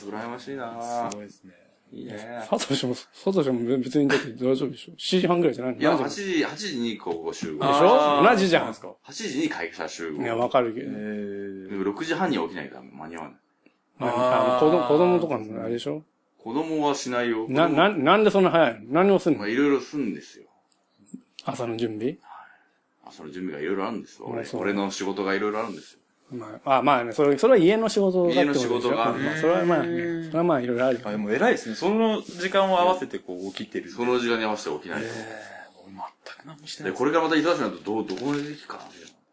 Speaker 3: 羨ましいな
Speaker 2: すごいですね。
Speaker 3: いいね。
Speaker 1: サトシも、サトシも別にだって大丈夫でしょ ?7 時半ぐらいじゃないの
Speaker 3: いや、
Speaker 1: 何
Speaker 3: 8
Speaker 1: 時
Speaker 3: 時、8時にここ集合。
Speaker 1: でし
Speaker 2: あ
Speaker 1: ょ
Speaker 2: ー
Speaker 1: 同じじゃん。
Speaker 2: そう
Speaker 3: 8時に会社集合。
Speaker 1: いや、わかるけ
Speaker 2: え
Speaker 1: ど。
Speaker 3: で
Speaker 2: ー
Speaker 3: も6時半には起きないから間に合わない。
Speaker 1: ま
Speaker 2: あ
Speaker 1: ああの
Speaker 2: ー
Speaker 1: 子供子供とかもあれでしょ
Speaker 3: 子供はしないよ。
Speaker 1: な、な、なんでそんな早いの何をすん
Speaker 3: ま
Speaker 1: の
Speaker 3: あいろいろすんですよ。
Speaker 1: 朝の準備
Speaker 3: 朝の準備がいろいろあるんですよ。
Speaker 1: まあ
Speaker 3: 俺
Speaker 1: そう
Speaker 3: 俺の仕事がいろいろあるんですよ。
Speaker 1: まあ、あまあね、それ、それは家の仕事がってことでしょ
Speaker 3: 家の仕事がある
Speaker 1: まあ、それはまあね、
Speaker 2: うん
Speaker 1: それはまあいろいろあるよ
Speaker 2: あ、。でも偉いですね。その時間を合わせてこう、起きてる。
Speaker 3: その時間に合わせて起きない。
Speaker 2: もう全く何もしてな
Speaker 3: で、
Speaker 2: い。
Speaker 3: これからまた忙しくなると、どう、どこまでできるかな。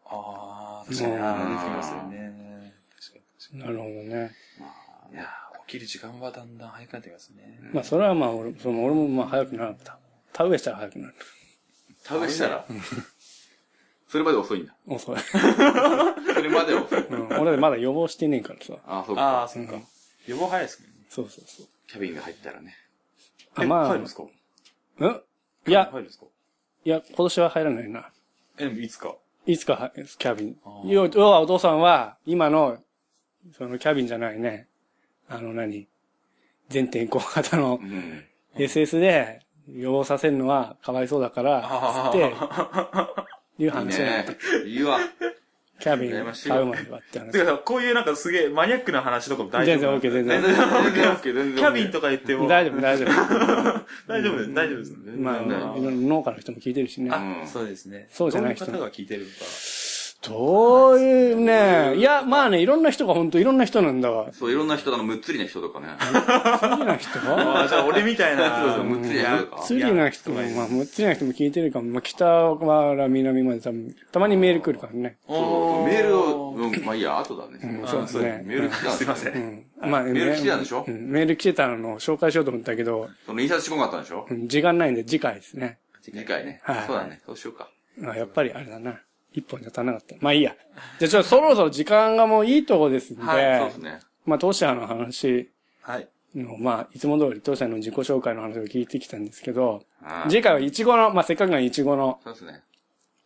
Speaker 2: ああ、確かに。
Speaker 1: うん
Speaker 2: あー出てきますよね。確かに確か
Speaker 1: なるほどね。
Speaker 2: に。いやー起きる時間はだんだん早くなってきますね。
Speaker 1: まあ、それはまあ、俺、その俺もまあ早くならなかった。田植えしたら早くなる。
Speaker 3: 田植えしたら。それまで遅いんだ。
Speaker 1: 遅い。
Speaker 3: それまで遅い。
Speaker 1: うん、俺まだ予防してねえからさ。
Speaker 3: あ、そう
Speaker 2: ああ、
Speaker 3: か。
Speaker 2: そっか。予防早いですもんね。
Speaker 1: そうそうそう。
Speaker 3: キャビンが入ったらね。
Speaker 1: あ、
Speaker 2: え
Speaker 1: ま
Speaker 2: 入
Speaker 1: あ
Speaker 2: るんです、か
Speaker 1: うんいや
Speaker 2: 入、るんですか
Speaker 1: いや、今年は入らないな。
Speaker 2: え、でもいつか。
Speaker 1: いつかはキャビン
Speaker 2: あ。ー
Speaker 1: 要要はお父さんは、今の、そのキャビンじゃないね。あの何全天候型の
Speaker 3: うん。
Speaker 1: SS で予防させるのはかわいそうだから、つって、 いう
Speaker 3: いい
Speaker 1: 話になっ
Speaker 3: ね
Speaker 1: た。。
Speaker 3: いいわ。
Speaker 1: キャビン
Speaker 3: 羨ましいよ
Speaker 1: 買うまではって話
Speaker 2: て。かさ、こういうなんかすげえマニアックな話とかも大丈
Speaker 1: 全然 OK、
Speaker 2: 夫
Speaker 1: 全然。
Speaker 3: 全然、全然 OK、全然 OK。
Speaker 2: キャビンとか言っても。
Speaker 1: 大丈夫、大丈夫。
Speaker 2: 大丈夫です。大丈夫です。
Speaker 1: まあ、
Speaker 3: 全然
Speaker 1: いろんな農家の人も聞いてるしね。
Speaker 3: うん
Speaker 2: あ、そうですね。
Speaker 1: そうじゃない人
Speaker 2: どういう方が聞いてるのか。
Speaker 1: どういうね、いや、まあね、いろんな人が本当いろんな人なんだわ。
Speaker 3: そう、いろんな人だな、むっつりな人とかね。
Speaker 1: 好きな人
Speaker 2: ああ、じゃあ俺みたい
Speaker 3: そうそう、
Speaker 2: な。
Speaker 3: むっつりな人とか。
Speaker 1: 釣りな人も、まあ、もう釣りな人も聞いてるかも。まあ、北から南まで多分、たまにメール来るからね。
Speaker 3: そうそうメールを、うん、まあいいや、後だね。
Speaker 1: うんそうですね
Speaker 3: メール来た
Speaker 2: すいませ
Speaker 3: ん
Speaker 2: ん
Speaker 3: だ
Speaker 1: う
Speaker 3: よ。
Speaker 1: ん。まあ、メ
Speaker 3: メール来てたんでしょ
Speaker 1: うん、メール来てたのを紹介しようと思ったけど、
Speaker 3: その印刷してこなかったんでしょ
Speaker 1: うん時間ないんで次回ですね。
Speaker 3: 次回ね
Speaker 1: は。い
Speaker 3: そうだね。そうしようか。
Speaker 1: まあ、やっぱりあれだな。一本じゃ足んなかった。まあいいや。じゃあちょっとそろそろ時間がもういいとこですんで、
Speaker 2: はい
Speaker 3: そうですね。
Speaker 1: まあ当社の話
Speaker 2: はい。
Speaker 1: の、まあいつも通り当社の自己紹介の話を聞いてきたんですけど、
Speaker 3: うん
Speaker 1: 次回はいちごの、まあせっかくなんでいちごの、
Speaker 3: そうですね。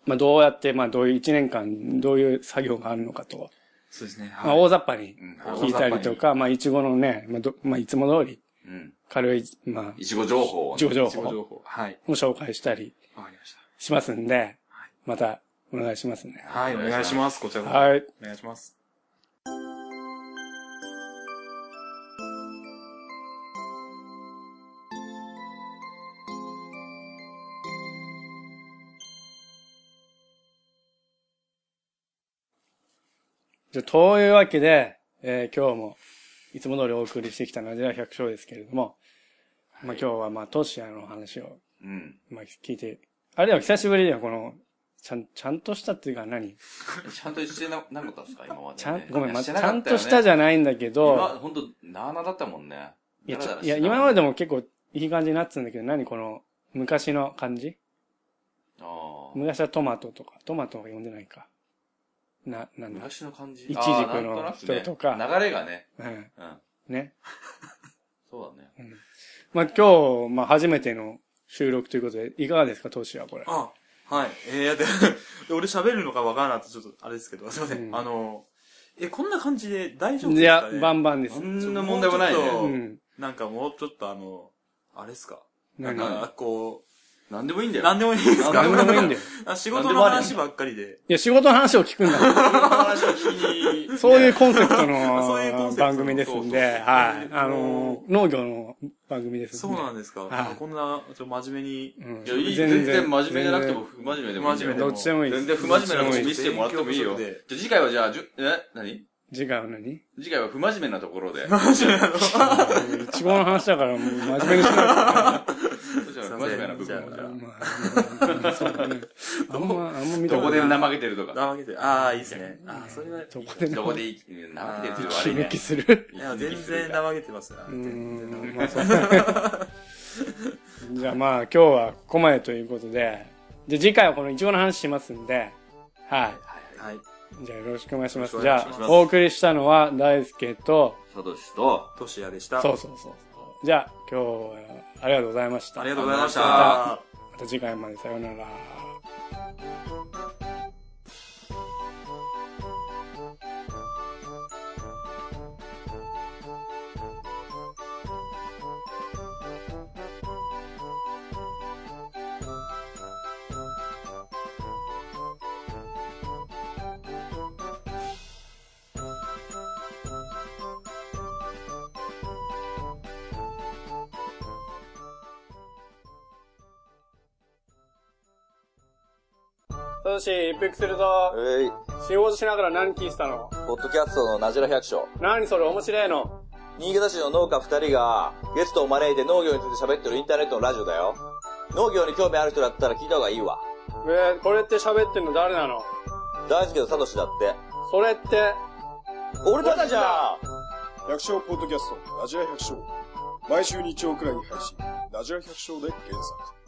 Speaker 1: まあどうやって、まあどういう1年間、どういう作業があるのかと。
Speaker 2: そうですね。
Speaker 1: まあ、
Speaker 2: はい。
Speaker 1: 大雑把に
Speaker 3: うん
Speaker 1: 聞いたりとか、まあ、いちごのね、まあ、どまあ、いつも通り、
Speaker 3: うん。
Speaker 1: 軽い、まあ、
Speaker 3: いちご情報を
Speaker 1: いち
Speaker 3: ね。
Speaker 1: ご情
Speaker 2: いちご情
Speaker 1: 報を
Speaker 2: 報。はい。
Speaker 1: 紹介したり
Speaker 2: わかりまし
Speaker 1: しますんで、またお願いしますね。
Speaker 2: た。はい、お願いします。こちらこそ。
Speaker 1: はい。
Speaker 2: お願いします。
Speaker 1: じゃあというわけで、えー今日も、いつも通りお送りしてきたナジラ百姓ですけれども、まあ、今日は、まあ、トシアの話を、
Speaker 3: うん。
Speaker 1: まあ、聞いて、あれは久しぶりだよ、この、ちゃん、ちゃんとしたっていうか何
Speaker 3: ちゃんとしてななかったですか今までね。
Speaker 1: ちゃん、ごめん、まあ、
Speaker 3: い
Speaker 1: ち
Speaker 3: や
Speaker 1: ゃんとした
Speaker 3: ゃ
Speaker 1: じゃないんだけど、
Speaker 3: 今、ほんと、なあなあだったもんね。
Speaker 1: いや、
Speaker 3: だ
Speaker 1: ち
Speaker 3: ら
Speaker 1: ょ
Speaker 3: だら
Speaker 1: い
Speaker 3: して
Speaker 1: や、
Speaker 3: た
Speaker 1: 今までも結構いい感じになってたんだけど、何この、昔の感じ
Speaker 3: ああ。
Speaker 1: 昔はトマトとか、トマトは呼んでないか。な、なんだ。
Speaker 3: 昔の感じ。
Speaker 1: いちじくの
Speaker 3: あーなんなくね
Speaker 1: 人とか
Speaker 3: 流れがね。
Speaker 1: うん。
Speaker 3: うん。
Speaker 1: ね。
Speaker 3: そうだね。
Speaker 1: まあ、今日、まあ、初めての収録ということで、いかがですか、トシはこれ。
Speaker 2: あ、はい。えー、で、 で俺喋るのかわからなくて、ちょっとあれですけど、すいません。
Speaker 1: うん
Speaker 2: あの、え、こんな感じで大丈夫
Speaker 1: い
Speaker 2: です
Speaker 1: や
Speaker 2: か、ね
Speaker 1: バンバンです
Speaker 3: そ。んな問題もないね。
Speaker 2: ちょっ
Speaker 1: う
Speaker 2: と
Speaker 1: ん。
Speaker 2: なんかもうちょっとあの、あれですかなん
Speaker 1: 何
Speaker 2: か、こう、
Speaker 3: 何でもいいんだよ。
Speaker 2: 何でもいいですか
Speaker 1: 何でもいいんだよ。
Speaker 2: あ仕事の話ばっかりで。
Speaker 1: いや、仕事の話を聞くんだ。
Speaker 3: そういう話を聞きに。
Speaker 1: そういうコンセプト
Speaker 2: そういうコン
Speaker 1: の
Speaker 2: セプトの
Speaker 1: 番組ですんで、
Speaker 3: そうそうそう
Speaker 1: はい。あの、農業の番組です
Speaker 2: そ
Speaker 1: ん
Speaker 2: う
Speaker 1: で。
Speaker 2: なんですか。
Speaker 1: はい
Speaker 2: あこんな、ちょっと真面目に。
Speaker 1: うん
Speaker 3: いや、いい、全然真面目じゃなくても、不真面目でもいい。
Speaker 2: 真面目で
Speaker 1: どっちでもいいです。
Speaker 3: 全然不真面目なと
Speaker 1: どっ
Speaker 3: こ
Speaker 1: ちでもいい
Speaker 3: 見
Speaker 1: です
Speaker 3: せてもらってもいいよ。
Speaker 2: 勉強不
Speaker 3: じゃ
Speaker 2: 足
Speaker 3: あ次回はじゃあ、じゅえ何
Speaker 1: 次回は何
Speaker 3: 次回は不真面目なところ で。
Speaker 1: いちごの話だから、もう真面目にし ない
Speaker 3: そうしたら不真面目な部分をじゃ
Speaker 1: と。
Speaker 3: あ
Speaker 1: まあまあ、そうだね。あんま、あんま見た
Speaker 3: ど
Speaker 1: こ
Speaker 3: ことで
Speaker 1: ない。
Speaker 3: 怠けてるとか。
Speaker 2: ああ、いいですね。ああ、いいですね。ああ、それは。
Speaker 1: どこで
Speaker 3: ど
Speaker 1: な
Speaker 3: こでいい、怠けてると悪
Speaker 1: 息
Speaker 3: い
Speaker 1: 抜
Speaker 3: ね
Speaker 1: き。する。
Speaker 2: いや、全然怠けてますね。
Speaker 1: うー
Speaker 2: 全
Speaker 1: ん、
Speaker 2: 然怠けて
Speaker 1: まあそう だね。じゃあまあ今日はここまでということで、じゃあ次回はこのいちごの話しますんで、は
Speaker 2: はい。
Speaker 1: い。じゃあよろしくお願いします。
Speaker 2: よろし
Speaker 1: じ
Speaker 2: くお願い
Speaker 1: ゃ
Speaker 2: します
Speaker 1: あお送りしたのは大輔と、
Speaker 3: サトシと、
Speaker 2: トシヤでした。
Speaker 1: そうそうそう。じゃあ今日はありがとうございました。
Speaker 2: ありがとうございまし
Speaker 3: ありがとうございま
Speaker 2: た。
Speaker 1: また次回までさようなら。ただし、一服するぞ。
Speaker 4: えい、
Speaker 1: 仕事しながら何聞いてたの
Speaker 4: ポッドキャストのなじら百姓。
Speaker 1: 何それ面白いの
Speaker 4: 新潟市の農家二人がゲストを招いて農業について喋ってるインターネットのラジオだよ。農業に興味ある人だったら聞いた方がいいわ。
Speaker 1: えー、これって喋ってんの誰なの
Speaker 4: 大輔とサトシだって。
Speaker 1: それって、
Speaker 4: 俺たちじゃん
Speaker 5: 百姓ポッドキャスト、ラジラ百姓。毎週日曜くらいに配信、ラジラ百姓で検索。